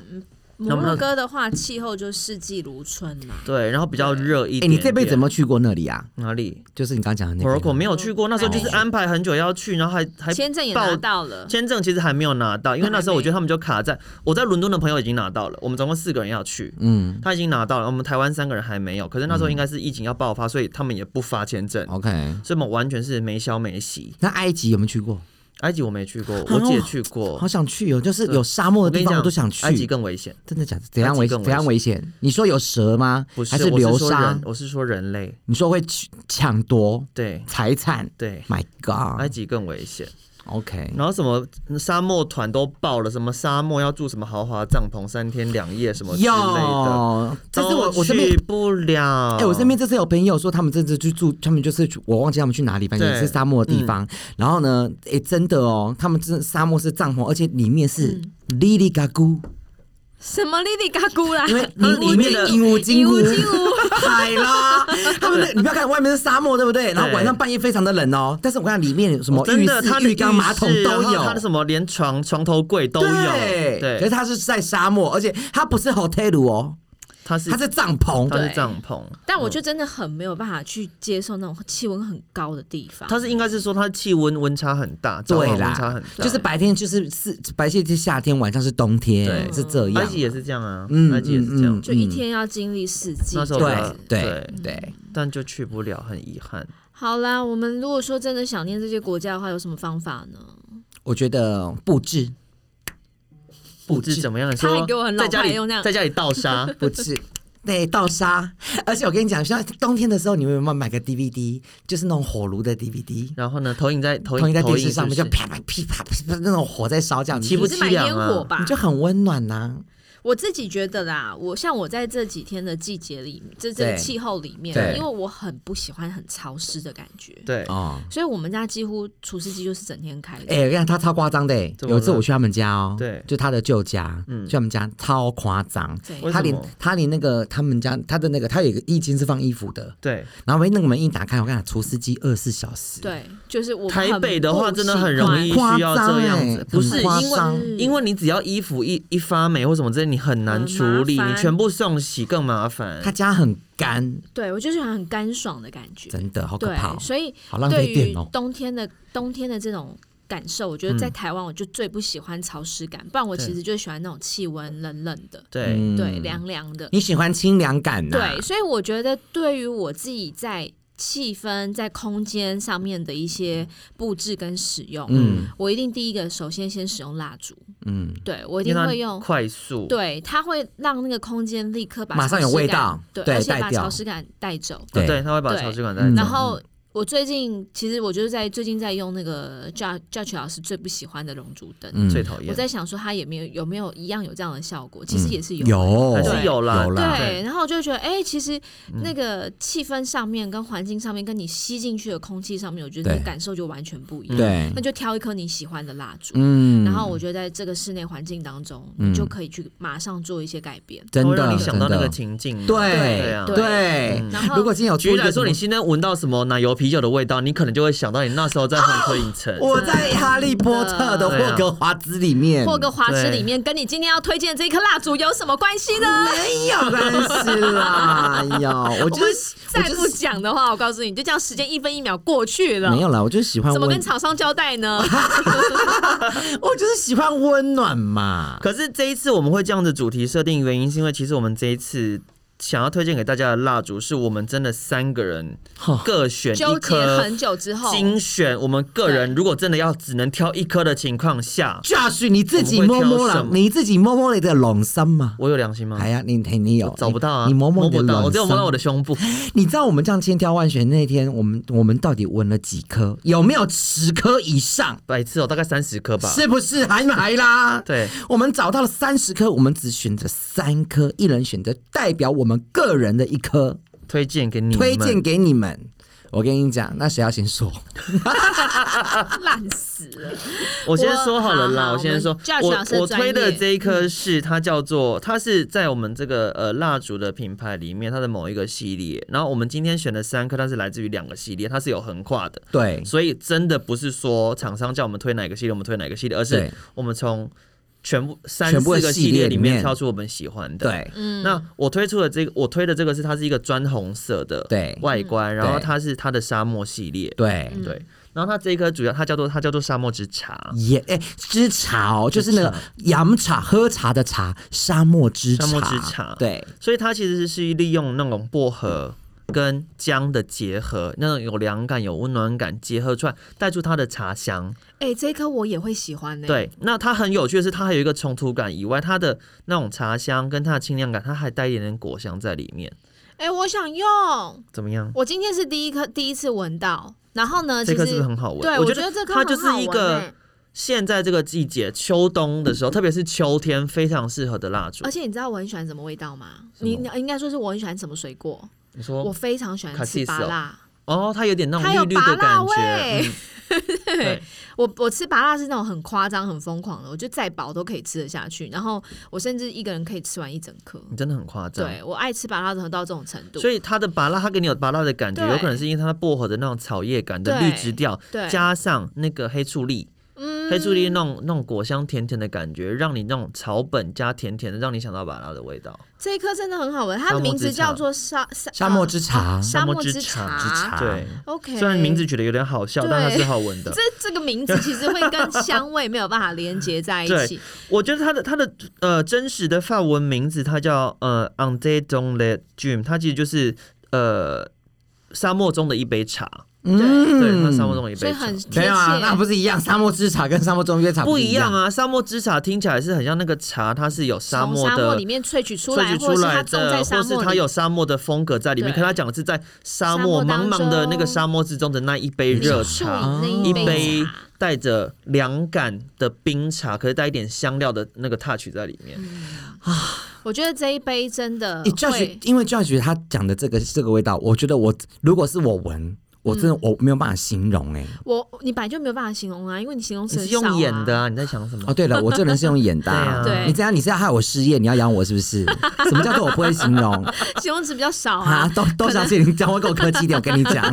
S3: 摩洛哥的话，气候就四季如春啦。
S2: 对，然后比较热一
S4: 哎，
S2: 点点。
S4: 你这辈子有没有去过那里啊？
S2: 哪里？
S4: 就是你刚讲的那
S2: 摩洛哥
S4: 个。
S2: 没有去过，那时候就是安排很久要去，然后还还
S3: 签证也
S2: 报
S3: 拿到了，
S2: 签证其实还没有拿到，因为那时候我觉得他们就卡在我在伦敦的朋友已经拿到了，我们总共四个人要去，
S4: 嗯
S2: 他已经拿到了，我们台湾三个人还没有。可是那时候应该是疫情要爆发，所以他们也不发签证，
S4: ，OK。
S2: 所以我们完全是没消没息。
S4: 那埃及有没有去过？
S2: 埃及我没去过，我姐去
S4: 啊哦好
S2: 过。
S4: 想去哦，就是
S2: 对
S4: 有沙漠
S2: 我
S4: 的
S2: 跟
S4: 地
S2: 你
S4: 方
S2: 讲，
S4: 我都想去。
S2: 埃及更危险，
S4: 真的假的？怎样危
S2: 埃及更危
S4: 怎样危险？你说有蛇吗？
S2: 不
S4: 还
S2: 是
S4: 是
S2: 我
S4: 流
S2: 是说
S4: 沙
S2: 人，？我是说人类。
S4: 你说会去抢夺
S2: 对
S4: 财产
S2: 对，
S4: ？My
S2: 埃
S4: God！OK，、
S2: 及更危险。
S4: 啊 OK
S2: 然后什么沙漠团都爆了，什么沙漠要住什么豪华帐篷，三天两夜什么之类的。
S4: 哟，这是我
S2: 都
S4: 我身边
S2: 去。啊不了。
S4: 哎、我身边这次有朋友说，他们这次去住，他们就是去我忘记他们去哪里，反正也
S2: 对嗯
S4: 是沙漠的地方。然后呢，哎、真的哦，他们真的沙漠是帐篷，而且里面是
S3: 嗯
S4: Lily g a g u
S3: 什么莉莉嘎咕啦？
S4: 因为 里里面的 鹦鹉
S3: 鹦
S4: 精
S3: 鹉
S4: 屋
S3: 精屋，
S4: 海啦，他们那你不要看外面是沙漠，对不对？然后晚上半夜非常的冷哦，但是我看里面有什么
S2: 真
S4: 浴
S2: 的，它
S4: 室、
S2: 的啊
S4: 浴缸、马桶都有，
S2: 它的什么连床、床头柜都有。
S4: 对，可
S2: 对，
S4: 是它是在沙漠，而且它不是 hotel 哦，
S2: 它是
S4: 它是帐篷，
S2: 它
S3: 对
S2: 是帐篷，
S3: 但我就真的很没有办法去接受那种气温很高的地方。
S2: 它是应该是说它气温温差很大，早晚
S4: 对
S2: 温
S4: 啦
S2: 差很大，
S4: 就是白天就是是白天是夏天，晚上是冬天，
S2: 对
S4: 是这
S2: 埃
S4: 样。
S2: 及也是这样啊，
S4: 嗯
S2: 埃及也是这样
S4: 嗯嗯。
S3: 就一天要经历四季。
S2: 那时候
S4: 对啊
S2: 的
S4: 对
S2: 对
S4: 对，
S2: 但就去不了，很遗憾。
S3: 好啦，我们如果说真的想念这些国家的话，有什么方法呢？
S4: 我觉得 布置，
S2: 布置怎么样？
S3: 他还
S2: 说
S3: 给我很老
S2: 在家
S3: 派
S2: 里
S3: 用那样
S2: 在家里倒沙
S4: 布置。对，倒沙，而且我跟你讲，像冬天的时候，你们有没有买个 DVD，就是那种火炉的 DVD，
S2: 然后呢，投影在投
S4: 投
S2: 影
S4: 影在
S2: 投
S4: 电
S2: 影
S4: 视上面，
S2: 就
S4: 就是啪啪噼啪噼啪那种火在烧，这样子
S2: 气不
S3: 你是买
S2: 凄凉
S3: 烟
S2: 啊
S3: 火吧
S4: 你？就很温暖呐、
S3: 我自己觉得啦，我像我在这几天的季节里，这这
S4: 对
S3: 气候里面
S4: 对，
S3: 因为我很不喜欢很潮湿的感觉，
S2: 对，
S4: 哦，
S3: 所以我们家几乎除湿机就是整天开的。
S4: 哎、我跟你看他超夸张的、欸，
S2: 怎么
S4: 有一次
S2: 了
S4: 我去他们家哦，
S2: 对
S4: 就他的旧家，嗯，去他们家超夸张
S3: 怎，
S2: 样
S4: 他连
S2: 为什么
S4: 他连那个他们家他的那个他有一个衣襟是放衣服的，
S2: 对，
S4: 然后那个门一打开，我跟你讲，除湿机二十四小时，，
S3: 对，就是我
S2: 台
S3: 很
S2: 北的话
S3: 不
S2: 真的
S3: 喜
S2: 很容易
S3: 欢
S2: 需要这样子
S4: 很夸张欸，
S2: 不是
S4: 很夸
S2: 因为
S4: 张
S2: 因为你只要衣服一一发霉或什么之类，你很难
S3: 嗯很
S2: 处
S3: 麻
S2: 理，
S3: 烦
S2: 你全部送洗更麻烦
S4: 他。家很干，
S3: 对我就是很干爽的感觉。
S4: 真的好可
S3: 对
S4: 怕哦，，
S3: 所以
S4: 好浪
S3: 对
S4: 费
S3: 于
S4: 电嗯哦。
S3: 冬天的冬天的这种感受，我觉得在台湾我就最不喜欢潮湿感，不然我
S2: 对
S3: 其实就喜欢那种气温冷冷的，
S4: 嗯
S2: 对，
S3: 对，凉凉的。
S4: 你喜欢清凉感呐、
S3: 对，所以我觉得对于我自己在气氛、在空间上面的一些布置跟使用，
S4: 嗯
S3: 我一定第一个首先先使用蜡烛，
S4: 嗯，
S3: 对我一
S2: 因
S3: 定
S2: 为
S3: 会
S2: 它
S3: 用。
S2: 快速，
S3: 对，它会让那个空间立刻把
S4: 马上有
S3: 潮湿
S4: 味
S3: 感
S4: 道
S3: 对，
S4: 对
S3: 而且
S4: 带
S3: 把
S4: 掉
S3: 潮湿感带走。
S2: 啊
S4: 对
S2: 对，他会把
S3: 对
S2: 潮湿感带走。
S4: 嗯
S3: 然后我最近其实我就是在最近在用那个 Judge Judge 老师最不喜欢的熔烛灯，
S4: 嗯
S2: 最讨厌
S3: 我在想说它也没有有没有一样有这样的效果，其实也是有。
S4: 嗯有
S2: 还是有啦
S4: 有啦，嗯
S3: 对，然后我就觉得，哎、其实那个气氛上面、跟环境上面、跟你吸进去的空气上面，我觉得那
S4: 对
S3: 个感受就完全不一样。
S4: 对
S3: 那，就挑一颗你喜欢的蜡烛，
S4: 嗯
S3: 然后我觉得在这个室内环境当中，你就可以去马上做一些改变。
S4: 真
S2: 它会
S4: 的
S2: 让你想到那
S4: 真
S2: 个
S4: 的
S2: 情境嘛，对
S4: 对
S2: 啊。
S4: 对
S3: 然后
S4: 如果今天有出
S2: 举
S4: 一
S2: 例来
S4: 个
S2: 说，你
S4: 什
S2: 现在闻到什么奶油啤酒的味道，你可能就会想到你那时候在红科影城
S4: 么。我在《哈利波特》的
S2: 对啊
S4: 霍格华兹里面，
S3: 霍格华兹
S2: 对啊
S3: 里面跟你今天要推荐的这颗蜡烛有什么关系呢？
S4: 没有关系啦，哎 呀，我就是
S3: 再
S4: 我就
S3: 不
S4: 是
S3: 讲的话，我告诉你，就这样时间一分一秒过去了
S4: 没，有啦，我就是喜欢
S3: 怎么
S4: 温
S3: 跟，厂商交代 呢？
S4: 我就是喜欢温暖嘛。
S2: 可是这一次我们会这样的主题设定，原因是因为其实我们这一次想要推荐给大家的蜡烛，是我们真的三个人
S4: 哈
S2: 各选
S3: 纠
S2: 一
S3: 结
S2: 颗
S3: 很，久之后，
S2: 精选我们个人如果真的要只能挑一颗的情况下，
S4: Josh，你自
S2: 我
S4: 己
S2: 们
S4: 摸
S2: 会挑
S4: 摸
S2: 什
S4: 了，
S2: 么
S4: 你自己摸摸你的龙心嘛。
S2: 我有良心吗
S4: 哎？呀，你你你有
S2: 找不到啊，
S4: 你摸摸
S2: 摸
S4: 你的
S2: 不到，我只有摸到我
S4: 的
S2: 的胸部。
S4: 冷你知道我们这样千挑万选那天，我们我们到底闻了几颗？有没有十颗以上？
S2: 白痴哦，大概三十颗吧。
S4: 是不是还来啦？
S2: 对，
S4: 我们找到了三十颗，我们只选择三颗，一人选择代表我们个人的一颗，
S2: 推荐给你们，
S4: 推荐给你们。我跟你讲，那谁要先说？
S3: 烂死了。
S2: 我先说好了啦，
S3: 我
S2: 我先说
S3: 好好，我们 Judge 老师
S2: 我我
S3: 专
S2: 推
S3: 业
S2: 的这一颗是它叫做，它是在我们这个呃蜡烛的品牌里面它的某一个系列。然后我们今天选的三颗，它是来自于两个系列，它是有横跨的，
S4: 对，
S2: 所以真的不是说厂商叫我们推哪个系列，我们推哪个系列，而是
S4: 对
S2: 我们从全部三
S4: 全部的
S2: 四个
S4: 系
S2: 系
S4: 列
S2: 列
S4: 里
S2: 里
S4: 面
S2: 面挑出我们喜欢的。
S4: 对，
S2: 那我推出的这个，我推的这个是它是一个砖红色的
S4: 对
S2: 外观，然后
S4: 对嗯
S2: 它是它的沙漠系列，
S4: 对，
S2: 对，然后它这一颗主要它叫做它叫做沙漠之茶，
S4: 也哎，之茶哦，就是那个洋茶喝茶的茶，沙漠之茶，
S2: 沙漠之茶
S4: 对，
S2: 所以它其实是利用那种薄荷跟姜的结合，那种有凉感、有温暖感结合出来，带出它的茶香。
S3: 哎、这一颗我也会喜欢呢、
S2: 对，那它很有趣的是，它还有一个冲突感以外，它的那种茶香跟它的清凉感，它还带一点点果香在里面。
S3: 哎、我想用。
S2: 怎么样？
S3: 我今天是第一颗第一次闻到，然后呢，
S2: 这
S3: 呃其
S2: 颗
S3: 实
S2: 是不是很好闻？
S3: 对，
S2: 我
S3: 我
S2: 觉
S3: 觉得这颗
S2: 它
S3: 很
S2: 就是
S3: 好
S2: 一
S3: 闻
S2: 个
S3: 欸。
S2: 现在这个季节，秋冬的时候，特别是秋天，非常适合的蜡烛
S3: 而。且你知道我很喜欢什么味道吗？
S2: 什么
S3: 你你应该说是我很喜欢什么水果？
S2: 你
S3: 我
S2: 说
S3: 非常喜欢
S2: 卡
S3: 吃
S2: 西斯
S3: 芭
S2: 哦
S3: 辣，
S2: 哦，它有点那种
S3: 它有
S2: 绿绿的
S3: 拔蜡
S2: 感觉
S3: 味，
S2: 嗯对，
S3: 我我吃拔辣是那种很夸张、很疯狂的，我就再饱都可以吃得下去。然后我甚至一个人可以吃完一整颗。
S2: 嗯你真的很夸张。
S3: 对我爱吃拔辣的到这种程度，
S2: 所以它的拔辣，它给你有拔辣的感觉，
S3: 对
S2: 有可能是因为它薄荷的那种草叶感的
S3: 对嗯
S2: 绿植调
S3: 对，
S2: 加上那个黑醋栗，黑醋栗那种那种果香甜甜的感觉，让你那种草本加甜甜的，让你想到巴拉的味道。
S3: 这一颗真的很好闻，它的名字叫做沙沙
S4: 沙漠之茶
S3: 啊沙漠
S2: 之
S3: 之
S2: 茶
S4: 之茶啊
S2: 对，
S3: OK，
S2: 虽然名字取得有点好笑，但它
S3: 对
S2: 是好闻 的
S3: 这。这个名字其实会跟香味没有办法连接在一起。
S2: 我觉得它的它的呃真实的法文名字，它叫呃 a n d e d o n le g y m 它其实就是呃沙漠中的一杯茶。
S4: 嗯，
S2: 对，它沙漠中的一
S3: 所
S2: 杯
S3: 以
S2: 茶。
S3: 很贴切，
S4: 没有啊，那不是一样？沙漠之茶跟沙漠中约茶
S2: 不
S4: 一
S2: 一样。啊，沙漠之茶听起来是很像那个茶，它是有沙
S3: 从
S2: 漠
S3: 沙
S2: 的
S3: 漠里面萃取出
S2: 萃
S3: 来，
S2: 取
S3: 或
S2: 出
S3: 者
S2: 来
S3: 是它种在
S2: 的，
S3: 沙
S2: 或是
S3: 漠
S2: 它
S3: 里。
S2: 有沙漠的风格在里面。
S3: 对
S2: 可他讲的是在沙
S3: 沙
S2: 漠
S3: 漠当
S2: 茫茫的那个
S3: 中
S2: 沙漠之中的那一杯
S3: 你
S2: 热
S3: 树
S2: 茶，
S3: 饮
S2: 一
S3: 那一
S2: 杯
S3: 茶
S2: 带着凉感的冰茶，可是带一点香料的那个 touch 在里
S3: 嗯
S2: 面。
S3: 我觉得这一杯真的
S4: 你 Judge，
S3: 嗯会
S4: 因为 Judge 他讲的这个这个味道，我觉得我如果是我闻，我真的
S3: 嗯
S4: 我没有办法形容哎。
S3: 我你本来就没有办法形容啊，因为你形容词
S2: 你是
S3: 很少
S2: 用演
S3: 啊
S2: 的啊？你在想什么。
S4: 哦，？对了，我这人是用演的啊
S2: 对
S3: 啊
S4: 你这样你是要害我失业，你要养我是不是？什么叫做我不会 形容
S3: 形容词比较少啊
S4: 啊？。都都小姐，你讲我给我客气一点，我跟你 讲。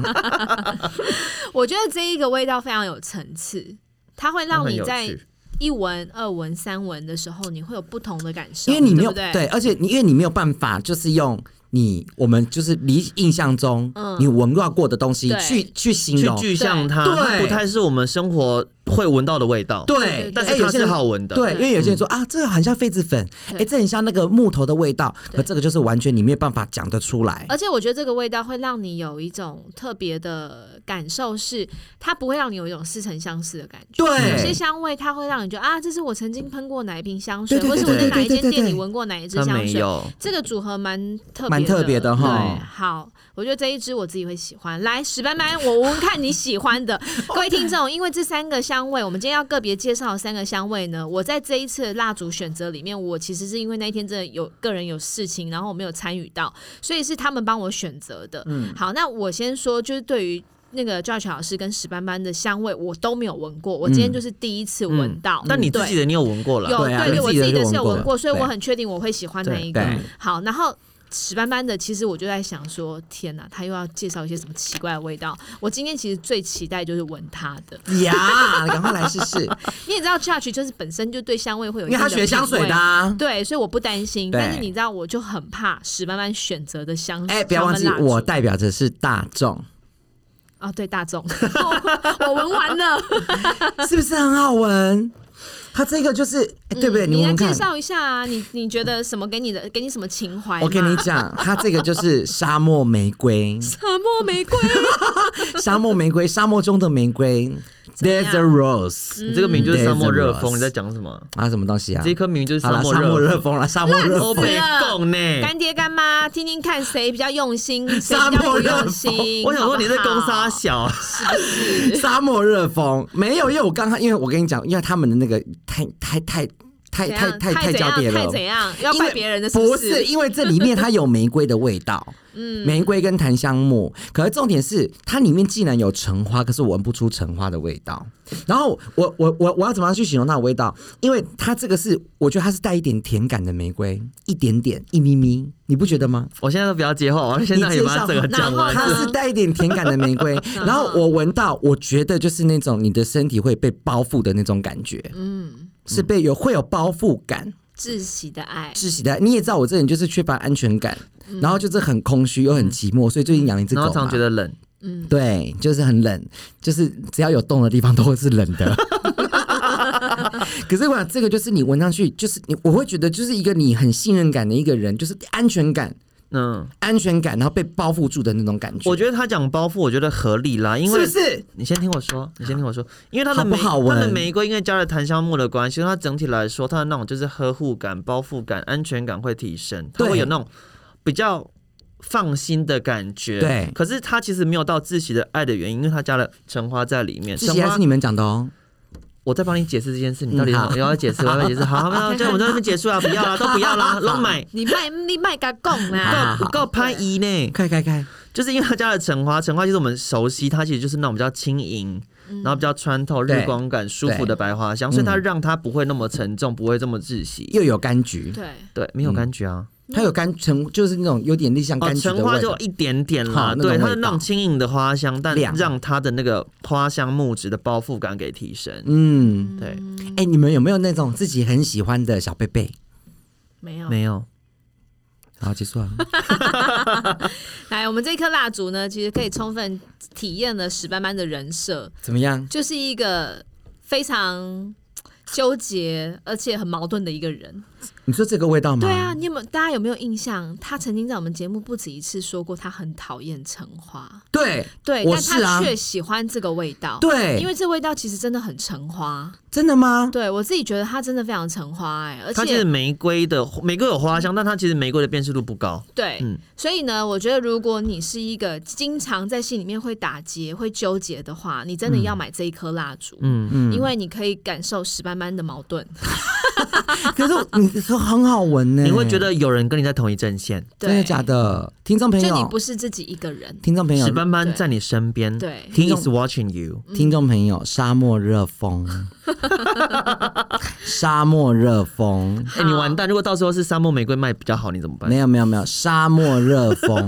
S3: 我觉得这一个味道非常有层次，它会
S2: 都
S3: 让
S2: 很
S3: 你
S2: 有
S3: 在
S2: 趣
S3: 一闻、二闻、三闻的时候，你会有不同的感受，
S4: 因为你没
S3: 对
S4: 有
S3: 不对？
S4: 而且你因为你没有办法，就是用你我们就是离印象中、
S3: 嗯
S4: 你闻到过的东西
S3: 对
S4: 去去形
S2: 去
S4: 容，
S2: 具象它，
S4: 对
S2: 它不太是我们生活会闻到的味道。
S4: 对
S3: 对对，
S2: 但
S4: 哎
S2: 是
S4: 有
S2: 它
S4: 些
S2: 是
S4: 人
S2: 好闻的。
S4: 对，因为有些人说、啊，这个很像痱子粉，哎、
S3: 对
S4: 这很像那个木头的味道，
S3: 对
S4: 可这个就是完全你没有办法讲得出来。
S3: 而且我觉得这个味道会让你有一种特别的感受是，它不会让你有一种似曾相识的感觉。有些
S4: 对，
S3: 香味它会让你觉得啊，这是我曾经喷过哪一瓶香水，
S4: 对对
S3: 或
S4: 对
S3: 是我在
S4: 对
S3: 哪一间
S4: 对对对
S3: 店里
S4: 对
S3: 闻过哪一支
S2: 它
S3: 香
S2: 没
S3: 水。
S2: 有，
S3: 这个组合蛮特别，
S4: 蛮特别的哈
S3: 对，好，我觉得这一支我自己会喜欢。来，史班班，我闻看你喜欢 的。各位听众，因为这三个香味，我们今天要个别介绍的三个香味呢，我在这一次的蜡烛选择里面，我其实是因为那一天真的有个人有事情，然后我没有参与到，所以是他们帮我选择的。嗯，好，那我先说，就是对于。那个 Judge 老师跟史班班的香味我都没有闻过，我今
S4: 嗯
S3: 天就是第一次闻到。
S2: 嗯但你自
S3: 嗯对
S2: 己的你有闻过
S3: 有
S2: 了？
S4: 对啊
S3: 对，
S4: 你
S3: 我
S4: 自己的
S3: 己
S4: 就
S3: 的是
S4: 闻
S3: 有
S4: 过
S3: 闻
S4: 了
S3: 过，所以我
S4: 对
S3: 很确定我会喜欢那一个
S4: 对。
S3: 好，然后。史斑斑的，其实我就在想说，天哪，他又要介绍一些什么奇怪的味道？我今天其实最期待就是闻它的，
S4: 呀，赶快来试试，
S3: 因为你知道 Judge 就是本身就对香味会有，
S4: 因为他学香水的、，啊。
S3: 对，所以我不担心。
S4: 对
S3: 但是你知道，我就很怕史斑斑选择的香，
S4: 哎、不要忘记
S3: 香氛蜡，烛
S4: 我代表着是大众，
S3: 啊，对大 众，我闻完了，
S4: 是不是很好闻？它这个就是，哎 对不对？
S3: 嗯
S4: 你
S3: 你
S4: 闻
S3: 来
S4: 闻
S3: 介
S4: 看。
S3: 绍一下啊，你你觉得什么给你的，给你什么情怀嘛？
S4: 我跟你 讲，它这个就是沙漠玫瑰，
S3: 沉默玫瑰，
S4: 沙漠玫瑰，沙漠中的玫瑰
S3: 样
S4: ，There's a rose。
S2: 你这个名就是沙漠热风，
S4: 嗯
S2: 你在讲什么？
S4: 啊，什么东西
S2: 嗯
S4: 啊
S2: 这？一颗名就是
S4: 好了，沙漠
S2: 漠
S4: 热风了，沙漠热
S2: 欧
S4: 风。
S2: 北贡呢？
S4: 嗯
S3: 干爹干妈，听听看谁比较用 心，谁
S4: 沙
S3: 比较
S4: 漠
S3: 不
S4: 热
S3: 用
S4: 风
S3: 心。
S2: 我想
S3: 好
S2: 说
S3: 不
S2: 你在攻
S3: 好
S2: 沙小，
S4: 沙漠热风没有，因为我刚刚，因为我跟你讲，因为他们的那个太太太太
S3: 怎
S4: 太
S3: 样
S4: 太
S3: 啊太怎
S4: 交
S3: 样
S4: 叠
S3: 太
S4: 了，
S3: 怎样，要
S4: 因为
S3: 怪别人的是
S4: 不
S3: 是？
S4: 因为这里面它有玫瑰的味道， 嗯，玫瑰跟檀香木。可是重点是，它里面竟然有橙花，可是我闻不出橙花的味道。然后我我我我要怎么样去形容它的味道？因为它这个是，我觉得它是带一点甜感的玫瑰，一点点，一咪咪，你不觉得吗？
S2: 我现在都不要接话，我现在也把它整个讲完
S3: 你介绍
S4: 它
S3: 好
S2: 了。
S4: 是带一点甜感的 玫瑰，
S2: 嗯
S4: 然后我闻到，我觉得就是那种你的身体会被包覆的那种感觉，
S3: 嗯，
S4: 是被有会有包覆感。
S3: 窒息的爱，
S4: 窒息的。你也知道我这人就是缺乏安全感，然后就是很空虚又很寂寞，所以最近养了一
S2: 嗯
S4: 只
S2: 然
S4: 狗
S2: 后常
S4: 嘛
S2: 觉。得冷，
S3: 嗯，
S4: 对，就是很冷，就是只要有洞的地方都是冷 的。可是我想，这个就是你闻上去，就是你，我会觉得就是一个你很信任感的一个人，就是安全感，
S2: 嗯，
S4: 安全感，然后被包覆住的那种感觉。
S2: 我觉得他讲包袱，我觉得合理啦，因为
S4: 是不是？
S2: 你先听我说，你先听我说，因为它的
S4: 好不
S2: 玫
S4: 好
S2: 它的
S4: 闻
S2: 玫瑰因为加了檀香木的关系，所以它整体来说，它的那种就是呵护感、包覆感、安全感会提升，它
S4: 对
S2: 会有那种比较放心的感觉。
S4: 对
S2: 可是它其实没有到自喜的爱的原因，因为它加了橙花在里面。
S4: 这
S2: 橙
S4: 些还
S2: 花
S4: 是你们讲的哦。
S2: 我在帮你解释这件事，你到底
S4: 嗯好
S2: 有要解释，我要不要解释。 好，那就我们在这边结束啊啦，不要啦，都不要啦，都买。
S3: 你卖你卖个供啊啦，
S4: 好
S2: 够够拍一呢，
S4: 开开开，
S2: 就是因为它加了橙花， 橙花就是我们熟悉，它其实就是那种比较轻盈，
S3: 嗯
S2: 然后比较穿透、
S4: 对
S2: 日光感、舒服的白
S4: 嗯
S2: 花香，所以它让它不会那么沉重，不会这么窒息。
S4: 又有柑橘，
S3: 对，
S2: 对，没有感觉啊，
S4: 它有甘橙，就是那种有点类似像
S2: 哦，
S4: 嗯柑橘
S2: 橙
S4: 的
S2: 花
S4: 味
S2: 就
S4: 道。
S2: 一点点啦，
S4: 好那种
S2: 对，它的
S4: 味
S2: 那种
S4: 道
S2: 轻盈的花香，但
S4: 亮
S2: 让它的那个花香木质的包覆感给提升。
S4: 嗯，
S2: 对，
S4: 哎、你们有没有那种自己很喜欢的小贝啊贝？
S3: 没有。
S2: 没有，
S4: 好，结束了。
S3: 来，我们这颗蜡烛呢，其实可以充分体验了史斑斑的人设，
S4: 怎么样？
S3: 就是一个非常纠结而且很矛盾的一个人。
S4: 你说这个味道吗？
S3: 对啊，，你有没有大家有没有印象？他曾经在我们节目不止一次说过，他很讨厌橙花，
S4: 对
S3: 对，
S4: 我
S3: 但
S4: 是啊
S3: 他却喜欢这个味道。。
S4: 对，
S3: 因为这味道其实真的很橙花，
S4: 真的吗？
S3: 对我自己觉得它真的非常橙花哎、而
S2: 它就是
S3: 且
S2: 玫瑰的，玫瑰有花香，但它其实玫瑰的辨识度不高。
S3: 对，
S2: 嗯
S3: 所以呢，我觉得如果你是一个经常在心里面会打结、会纠结的话，你真的要买这一颗蜡烛，
S2: 嗯，
S3: 因为你可以感受史斑斑的矛盾。
S4: 可是我你说很好闻呢、
S2: 你会觉得有人跟你在同一阵线，
S3: 对，
S4: 真的假？的？听众朋
S3: 就你
S4: 友
S3: 不，是自己一个人，
S4: 听众朋友
S2: 史，斑斑
S3: 对
S2: 在你身边，
S3: 对
S2: ，He is watching you。
S4: 听众朋友，沙漠热风，沙漠热风，
S2: 哎、你完蛋！如果到时候是沙漠玫瑰卖比较好，你怎么办
S4: 没？有没有没有，沙漠热 风。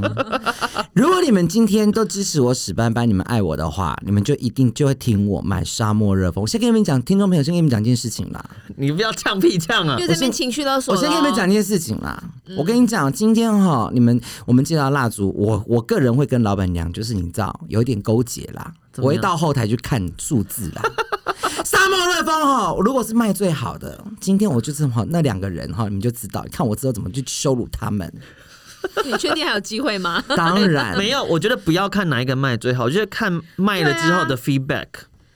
S4: 如果你们今天都支持我史斑斑，你们爱我的话，你们就一定就会听我买沙漠热风。我先跟你们讲，听众朋友，先跟你们讲一件事情啦。
S2: 你不要呛屁呛啊
S3: 又！在那边情绪勒索了哦。
S4: 我先跟你们讲一件事情啦，我跟你讲，今天哈，你们我们介绍蜡烛，我我个人会跟老板娘就是你知道有一点勾结啦，
S2: 怎么
S4: 我
S2: 样
S4: 会到后台去看数字 啦。沙漠瑞风哈，如果是卖最好的，今天我就是哈那两个人哈，你们就知道，看我之后怎么去羞辱 他们。
S3: 你确定还有机会吗？
S4: 当然，
S2: 没有，我觉得不要看哪一个卖最好，我觉得看卖了之后
S3: 啊
S2: 的 feedback。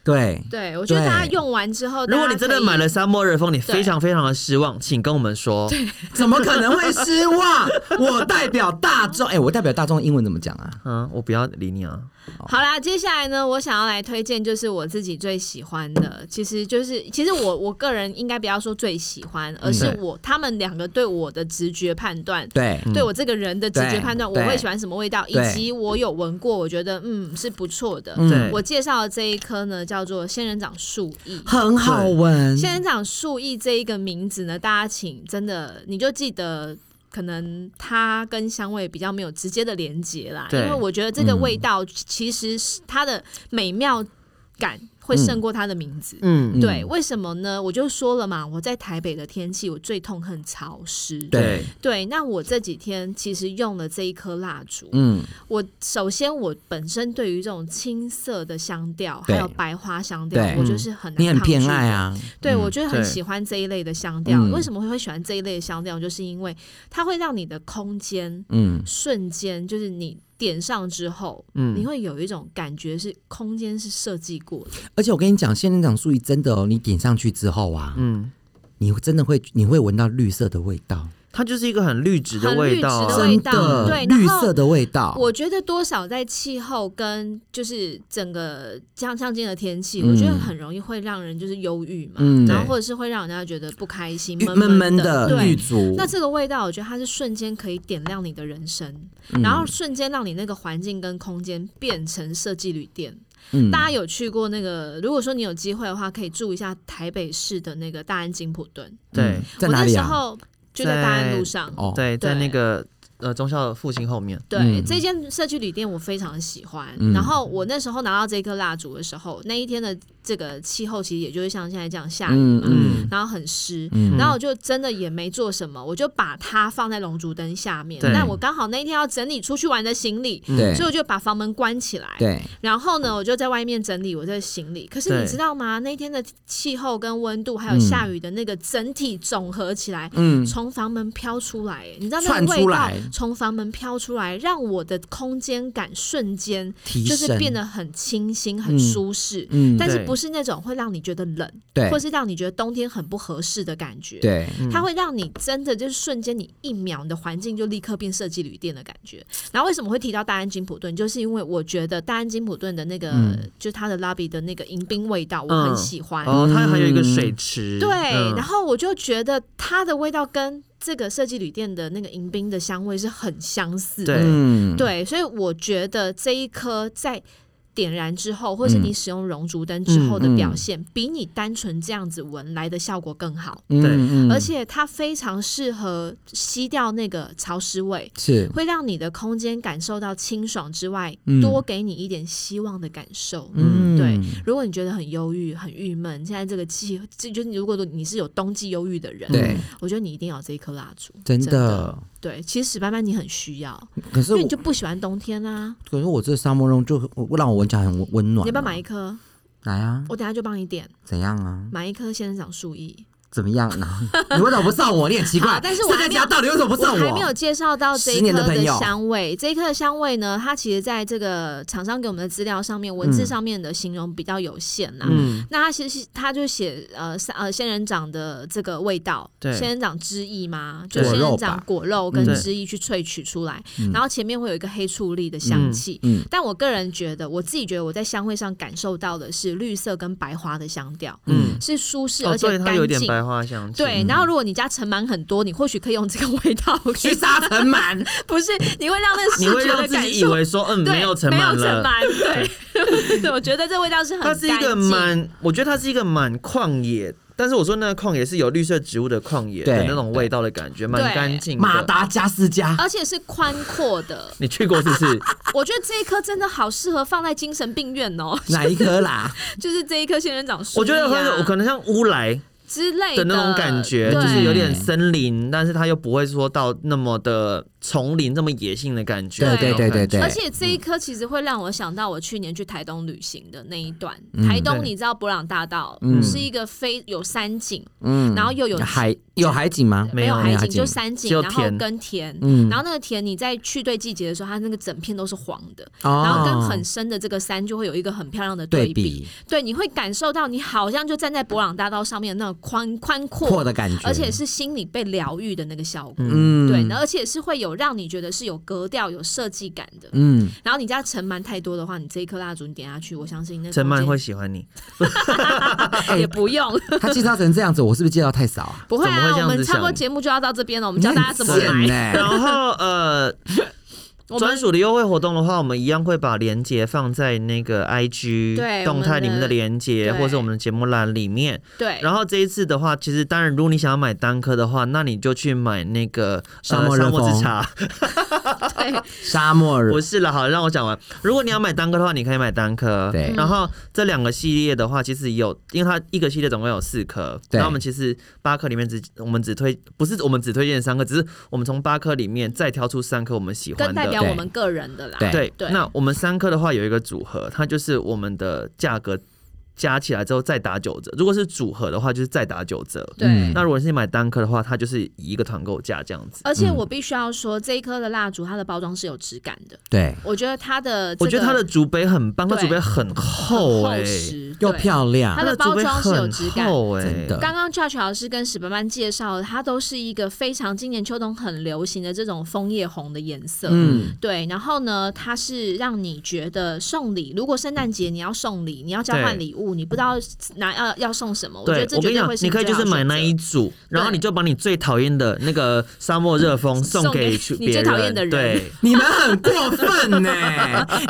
S4: 对，
S3: 对，我觉得
S4: 对
S3: 大家用完之后，
S2: 如果你
S3: 大家
S2: 真的
S3: 可以
S2: 买了沙漠热风，你
S3: 对
S2: 非常非常的失望，请跟我们说。
S4: 怎么可能会失望？我代表大众， 哎、我代表大众英文怎么讲啊？
S2: 嗯，我不要理你啊！
S3: 好啦，接下来呢，我想要来推荐就是我自己最喜欢的，其实就是其实我我个人应该不要说最喜
S4: 嗯
S3: 欢，而是
S2: 对
S3: 我他们两个对我的直觉判断。
S4: 对，嗯
S3: 对我这个人的直觉判断，我
S4: 对
S3: 会喜欢什么味道，以
S4: 对
S3: 及我有闻过，我觉得嗯是不错的。
S2: 对
S4: 嗯
S3: 我介绍的这一颗呢，叫做仙人掌树液。
S4: 很好闻，
S3: 仙人掌树液这一个名字呢，大家请真的你就记得。可能它跟香味比较没有直接的连接啦，因
S2: 对
S3: 为我觉得这个
S4: 嗯
S3: 味道其实是它的美妙感会胜过它的名字。
S2: 嗯，
S3: 对，为什么呢？我就说了嘛，我在台北的天气，我最痛恨潮湿。
S4: 对，
S3: 对，那我这几天其实用了这一颗蜡烛，
S4: 嗯，
S3: 我首先我本身对于这种青色的香调，还
S4: 对
S3: 有白花香调
S4: 对，
S3: 我就是很难
S4: 你很
S3: 抗
S4: 偏
S3: 拒
S4: 爱
S3: 的
S4: 啊，
S3: 对，
S4: 嗯
S3: 我就很
S2: 对
S3: 喜欢这一类的香调。
S4: 嗯
S3: 为什么会喜欢这一类的香调？就是因为它会让你的空间
S4: 嗯，
S3: 瞬间，就是你点上之后，你会有一种感觉是空间是设计过的。
S4: 而且我跟你讲，仙人掌树液真的哦，你点上去之后啊，
S2: 嗯，
S4: 你真的会你会闻到绿色的味道，
S2: 它就是一个很绿植的味道
S3: 很绿植的
S2: 啊，
S3: 味道
S4: 真的
S3: 对
S4: 绿
S3: 然后
S4: 色的味道。
S3: 我觉得多少在气候跟就是整个像像今天的天气，我觉得
S4: 嗯
S3: 很容易会让人就是忧郁嘛，
S4: 嗯
S3: 然后
S2: 对
S3: 或者是会让人家觉得不开心、
S4: 闷
S3: 闷
S4: 闷的
S3: 对。
S4: 绿竹，
S3: 那这个味道，我觉得它是瞬间可以点亮你的人生，
S4: 嗯
S3: 然后瞬间让你那个环境跟空间变成设计旅店。
S4: 嗯
S3: 大家有去过那个？如果说你有机会的话，可以住一下台北市的那个大安金普顿。
S2: 对
S4: 在哪
S3: 嗯我那
S4: 里
S3: 时
S4: 啊？
S3: 候就在大安路上。
S4: 哦，
S2: 对，在
S3: 对
S2: 那个呃中校复兴后面，
S3: 对，
S4: 嗯
S3: 这间社区旅店我非常喜欢。
S4: 嗯
S3: 然后我那时候拿到这颗蜡烛的时候，那一天的这个气候其实也就是像现在这样下雨
S4: 嗯
S3: 嘛，
S4: 嗯
S3: 然后很湿。
S4: 嗯
S3: 然后我就真的也没做什么，我就把它放在龙竹灯下面。
S2: 对
S3: 那我刚好那一天要整理出去玩的行李，
S4: 对
S3: 所以我就把房门关起来。
S4: 对，
S3: 然后呢，我就在外面整理我的行李。可是
S2: 对
S3: 你知道吗？那天的气候跟温度，还有
S4: 嗯
S3: 下雨的那个整体总合起来，
S4: 嗯，
S3: 从房门飘出来，欸你知道那
S4: 窜
S3: 个味
S4: 出
S3: 道
S4: 来
S3: 从房门飘出来，让我的空间感瞬间
S4: 提
S3: 就
S4: 升
S3: 是变得很清新、很
S4: 嗯
S3: 舒适。
S4: 嗯，
S3: 但是
S2: 对
S3: 不是那种会让你觉得冷，
S4: 对
S3: 或是让你觉得冬天很不合适的感觉。
S4: 对，
S2: 嗯
S3: 它会让你真的就是瞬间，你一秒你的环境就立刻变设计旅店的感觉。然后为什么会提到大安金普顿，就是因为我觉得大安金普顿的那个，就是它的 lobby 的那个迎宾味道，我很
S2: 嗯
S3: 喜欢。
S2: 哦，它还有一个水池，
S3: 对，
S2: 嗯
S3: 然后我就觉得它的味道跟这个设计旅店的那个迎宾的香味是很相似的。
S2: 对
S4: 嗯，
S3: 对，所以我觉得这一颗在点燃之后，或是
S2: 嗯
S3: 你使用熔烛灯之后的表现，比你单纯这样子闻来的效果更好。
S4: 嗯
S2: 对
S4: 嗯
S3: 而且它非常适合吸掉那个潮湿味，
S4: 是
S3: 会让你的空间感受到清爽之外，
S4: 嗯
S3: 多给你一点希望的感受。
S4: 嗯
S3: 对，如果你觉得很忧郁、很郁闷，现在这个气，这就是如果你是有冬季忧郁的人，
S4: 对，
S3: 我觉得你一定要有这一颗蜡烛，
S4: 真
S3: 嗯的。
S4: 的。
S3: 对，其实史斑斑你很需要，
S4: 可是
S3: 因
S4: 我
S3: 为你就不喜欢冬天啦、
S4: 可是我这沙漠中就我让我闻起来很温温暖啊。
S3: 你要不要买一颗？
S4: 来啊？
S3: 我等下就帮你点，
S4: 怎样啊？
S3: 买一颗仙人掌树液。
S4: 怎么样？然后 你为什么不送我？你很奇怪
S3: 好。 但是我还
S4: 这
S3: 没
S4: 个
S3: 有
S4: 家到底为什么不
S3: 我
S4: 送
S3: 还没有介绍到这一
S4: 十年
S3: 颗
S4: 的朋友
S3: 香味。这一颗的香味呢，它其实在这个厂商给我们的资料上
S4: 嗯
S3: 面，文字上面的形容比较有限呐、
S2: 嗯，
S3: 那它其实它就写呃三呃仙人掌的这个味道，
S2: 对
S3: 仙人掌汁液嘛，就
S4: 对
S3: 仙
S4: 果
S3: 人
S4: 肉
S3: 掌
S4: 吧
S3: 果肉跟
S2: 对
S3: 汁液去萃取出来，
S4: 嗯
S3: 然后前面会有一个黑醋栗的香
S2: 嗯
S3: 气。
S4: 嗯
S3: 但我个人觉得，我自己觉得我在香味上感受到的是绿色跟白花的香调，
S4: 嗯
S3: 是舒适
S2: 哦，
S3: 而
S2: 对，
S3: 且
S2: 它有
S3: 干
S2: 点
S3: 净。
S2: 白花香气。
S3: 对，然后如果你家尘螨很多，你或许可以用这个味 道
S4: 去沙 尘螨？
S3: 不是，你会让那个
S2: 你
S3: 视
S2: 会
S3: 觉
S2: 让
S3: 的
S2: 自
S3: 感
S2: 己以
S3: 受
S2: 为说，嗯，
S3: 对，没
S2: 有尘螨
S3: 尘
S2: 了。
S3: 螨，对， 对，我觉得这味道是很
S2: 它是一个
S3: 干净
S2: 蛮，我觉得它是一个蛮旷野，但是我说那个旷野是有绿色植物的旷野的
S4: 对
S2: 那种味道的感觉，蛮
S3: 对
S2: 干净的。。
S4: 马达加 斯加。
S3: 而且是宽阔的
S2: 你去过是不是？
S3: 我觉得这一颗真的好适合放在精神病院哦，
S4: 哪一颗啦？
S3: 就是这一棵仙人掌树、啊，
S2: 我觉得可能可能像乌来
S3: 之类
S2: 的那种感觉，
S3: 对
S2: 就是有点森林，但是它又不会说到那么的丛林这么野性的感觉。
S4: 对对对对对
S3: 而且这一颗其实会让我想到我去年去台东旅行的那一段。
S4: 嗯
S3: 台东
S2: 对嗯
S3: 你知道博朗大道、是一个非有山景，
S4: 嗯
S3: 然后又有
S4: 海有海景吗？
S2: 没有
S3: 海
S4: 没有海
S3: 景，就
S4: 景
S3: 山
S2: 只
S3: 景，
S2: 有
S3: 然后
S2: 田
S3: 跟田，
S4: 嗯
S3: 然后那个田你在去对季节的时候，它那个整片都是黄的，
S4: 哦
S3: 然后跟很深的这个山就会有一个很漂亮的
S4: 对
S3: 比。
S4: 比
S3: 对，你会感受到你好像就站在博朗大道上面那种宽宽
S4: 阔
S3: 阔，
S4: 的感觉，
S3: 而且是心里被疗愈的那个效果。
S4: 嗯
S3: 对，而且是会有让你觉得是有格调、有设计感的。
S4: 嗯，
S3: 然后你家尘螨太多的话，你这一颗蜡烛你点下去，我相信那
S2: 陈曼
S3: 空
S2: 会哎
S3: 间啊
S2: 喜欢你，
S3: 也不用，
S4: 他介绍成这样子，我是不是介绍太少啊？
S3: 不会
S2: 怎么会
S3: 啊。
S2: 这
S3: 我
S2: 样
S3: 们
S2: 子
S3: 差不多
S2: 想
S3: 节目就要到这边了，我们教大家怎么买。
S4: 呢？
S2: 然后呃，
S3: 我们
S2: 专属的优惠活动的话，我们一样会把链接放在那个 IG
S3: 对
S2: 动态里面的链接，
S3: 我们的
S2: 或是我们的节目栏里面。
S3: 对，
S2: 然后这一次的话，其实当然，如果你想要买单颗的话，那你就去买那个
S4: 沙
S2: 呃
S4: 漠
S2: 沙
S4: 热
S2: 漠之
S4: 风
S2: 茶。
S3: 对，
S4: 沙漠人
S2: 不是了，好，让我讲完。如果你要买单颗的话，你可以买单颗。
S4: 对
S2: 然后这两个系列的话，其实有，因为它一个系列总共有四颗，
S4: 对
S2: 然后我们其实八颗里面只我们只推，不是我们只推荐三颗，只是我们从八颗里面再挑出三颗我们喜欢
S3: 更代表
S2: 的。
S3: 我们个人的啦。
S4: 对
S2: 对，
S3: 对
S2: 那我们三颗的话有一个组合，它就是我们的价格加起来之后再打九折。如果是组合的话，就是再打九折。
S3: 对
S4: 嗯
S2: 那如果是买单颗的话，它就是以一个团购价这样子。
S3: 而且我必须要说，这一颗的蜡烛它的包装是有质感的，
S4: 对，
S3: 我觉得它的这个
S2: 我觉得它的竹杯很棒，它
S3: 对
S2: 竹杯很
S3: 很
S2: 厚哎、
S3: 厚实，
S4: 又
S3: 对
S4: 漂
S3: 它
S4: 亮，
S3: 的包装是有质
S2: 它的竹
S3: 感
S2: 杯很厚欸
S4: 真的
S3: 刚刚 c h a c h 老师跟史班班介绍的，它都是一个非常今年秋冬很流行的这种枫叶红的颜色。
S4: 嗯，
S3: 对，然后呢，它是让你觉得送礼，如果圣诞节你要送礼，你要交换
S2: 对
S3: 礼物，你不知道拿要要送什么，我觉
S2: 对
S3: 得，这
S2: 我
S3: 绝
S2: 跟你
S3: 对
S2: 讲
S3: 会，是
S2: 你可以
S3: 最
S2: 就
S3: 好的
S2: 是买那
S3: 选择
S2: 一组，然后
S3: 对
S2: 你就把你最讨厌的那个沙漠热风送
S3: 送
S2: 给
S3: 给
S2: 去
S3: 你
S2: 别
S3: 最讨厌的人
S2: 对，
S4: 你们很过分呢、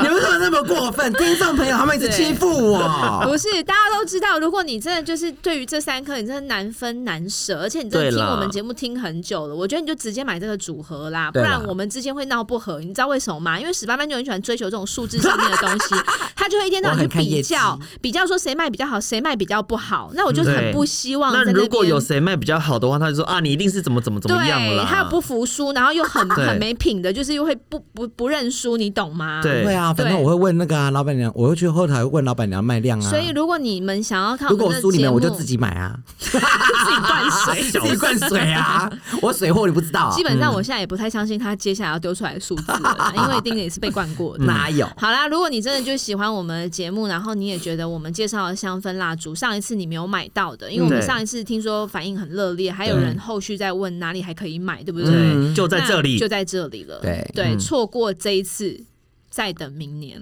S4: 你们怎么那么过分？听众朋友，他们一直欺负我，
S3: 不是，大家都知道，如果你真的就是对于这三颗，你真的难分难舍，而且你真
S2: 对
S3: 的听
S2: 啦
S3: 我们节目听很久了，我觉得你就直接买这个组合啦，不
S4: 对啦
S3: 然我们之间会闹不和。你知道为什么吗？因为史班班就很喜欢追求这种数字上面的东 西，他就会一天到晚
S4: 我
S3: 去
S4: 很看
S3: 比
S4: 业绩
S3: 较，比较说谁卖比较好，谁卖比较不好。那我就很
S2: 对
S3: 不希望在
S2: 那
S3: 那
S2: 如果
S3: 边
S2: 有谁卖比较好的话，他就说啊，你一定是怎么怎么怎么样
S3: 对，
S2: 啦。
S3: 他又不服输，然后又很
S2: 对
S3: 很没品的，就是又会不不不认输，你懂吗？
S2: 对
S4: 对啊，反正我会问那个啊，老板娘，我会去后台问老板娘卖量啊。
S3: 所以如果你们想要看
S4: 如
S3: 我
S4: 果
S3: 们的
S4: 我输你
S3: 节
S4: 们，
S3: 目，
S4: 我就自己买啊，
S3: 自己灌水。
S4: 自己灌水 啊，我水货你不知道啊
S3: 基，本上我现在也不太相信他接下来要丢出来的数字了啦，因为一定也是被灌过的。
S4: 哪有？
S3: 好啦，如果你真的就喜欢我们的节目，然后你也觉得我们介绍的香氛蜡烛，上一次你没有买到的，因为我们
S2: 对
S3: 上一次听说反应很热烈，还有人后续在问哪里还可以买，对不对？
S2: 嗯对，就在这
S3: 嗯那
S2: 里
S3: 就。在这里了。
S4: 对
S3: 对，错过这一次。再等明年，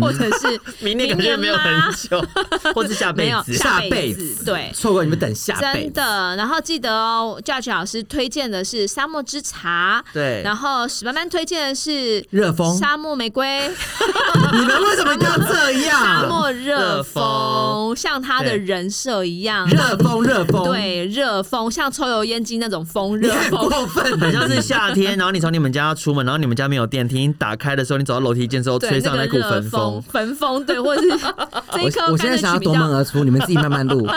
S3: 或者是
S2: 明年感觉没有
S3: 吗
S2: 很久， 或是下
S3: 没
S2: 辈
S3: 有
S2: 子。
S4: 下
S3: 辈
S4: 辈子
S3: 对。
S4: 错过你们等下辈
S3: 真
S4: 子。
S3: 的，然后记得哦，Judge 老师推荐的是沙漠之茶，
S2: 对
S3: 然后史班班推荐的是
S4: 热风
S3: 沙漠玫瑰，
S4: 你们为什么一定要这
S3: 沙
S4: 样？
S3: 漠热
S2: 热
S3: 风，像他的
S2: 对
S3: 人设一样，
S4: 热风，热风，，
S3: 对热风，像抽油烟机那种风，热 风
S4: 过分
S2: 很像是夏天，然后你从你们家出门，然后你们家没有电梯，你打开的时候，你走到楼梯间之后，
S3: 对
S2: 吹上
S3: 那
S2: 那
S3: 个
S2: 股
S3: 热
S2: 焚
S3: 风，
S2: 风，
S3: 焚风对， 或者是这一颗
S4: 我我现在想要夺门而出，你们自己慢 慢录。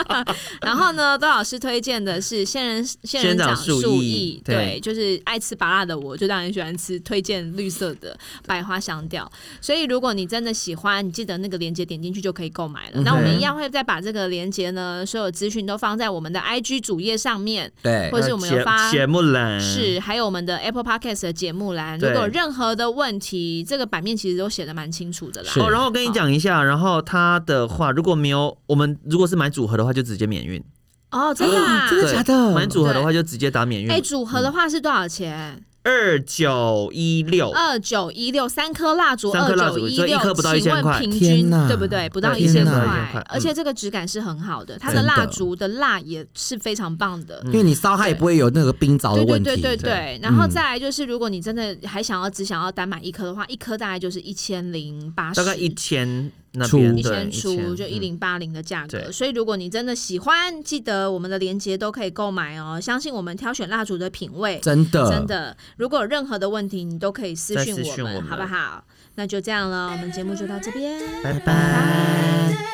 S3: 然后呢， 窦老师推荐的是仙人仙
S2: 仙
S3: 人
S2: 掌
S3: 掌
S2: 树
S3: 树
S2: 艺
S3: 对
S2: 对，
S3: 就是爱吃麻辣的我，就当然喜欢吃推荐绿色的百花香调。所以如果你真的喜欢，你记得那个链接点进去就可以购买了。那
S2: 嗯
S3: 我们一样会再把这个链接呢，所有资讯都放在我们的 IG 主页上面，
S2: 哎
S4: 对
S3: 或者是我们有
S2: 节
S3: 发
S2: 节目栏
S3: 是，还有我们的 Apple Podcast 的节目栏，如
S2: 对
S3: 果有任何的问题，这个版面其实都写的蛮清楚的啦。
S4: 是
S2: 哦，然后我跟你讲一下，然后它的话，如果没有我们如果是买组合的话，就直接免运。
S3: 哦，真的、啊，
S2: 嗯
S4: 真的假的？
S2: 买组合的话就直接打免运
S3: 哎、。组合的话是多少钱？
S2: 二九一六，
S3: 二九一六三颗蜡烛，
S2: 哦三
S3: 二
S2: 颗蜡
S3: 九
S2: 烛
S3: 一
S2: 所以
S3: 六
S2: 一，颗不到一
S3: 请
S2: 千
S3: 问
S2: 块
S3: 平均
S4: 天哪
S3: 对不对？不到
S2: 对
S3: 一千
S2: 天哪一千
S3: 块
S2: 块，嗯
S3: 而且这个质感是很好的，它的
S4: 真的
S3: 蜡烛的蜡也是非常棒的。
S4: 因为你烧它也不会有那个冰凿
S3: 嗯对
S4: 的
S3: 对
S4: 问题。
S3: 对对
S2: 嗯
S3: 对，然后再来就是，如果你真的还想要只想要单买一颗的话，一颗大概就是一千零八十，
S2: 大概一千那
S4: 出
S2: 边
S3: 一
S2: 对
S3: 千出就一。
S2: 1000嗯
S3: 零八零的价格，
S2: 对
S3: 所以如果你真的喜欢，记得我们的链接都可以购买哦。相信我们挑选蜡烛的品味，
S4: 真的
S3: 真的，如果有任何的问题，你都可以私
S2: 再
S3: 讯
S2: 私
S3: 我
S2: 讯
S3: 们，
S2: 我们
S3: 好不好？那就这样了，我们节目就到这边。
S2: 拜拜。
S1: Bye.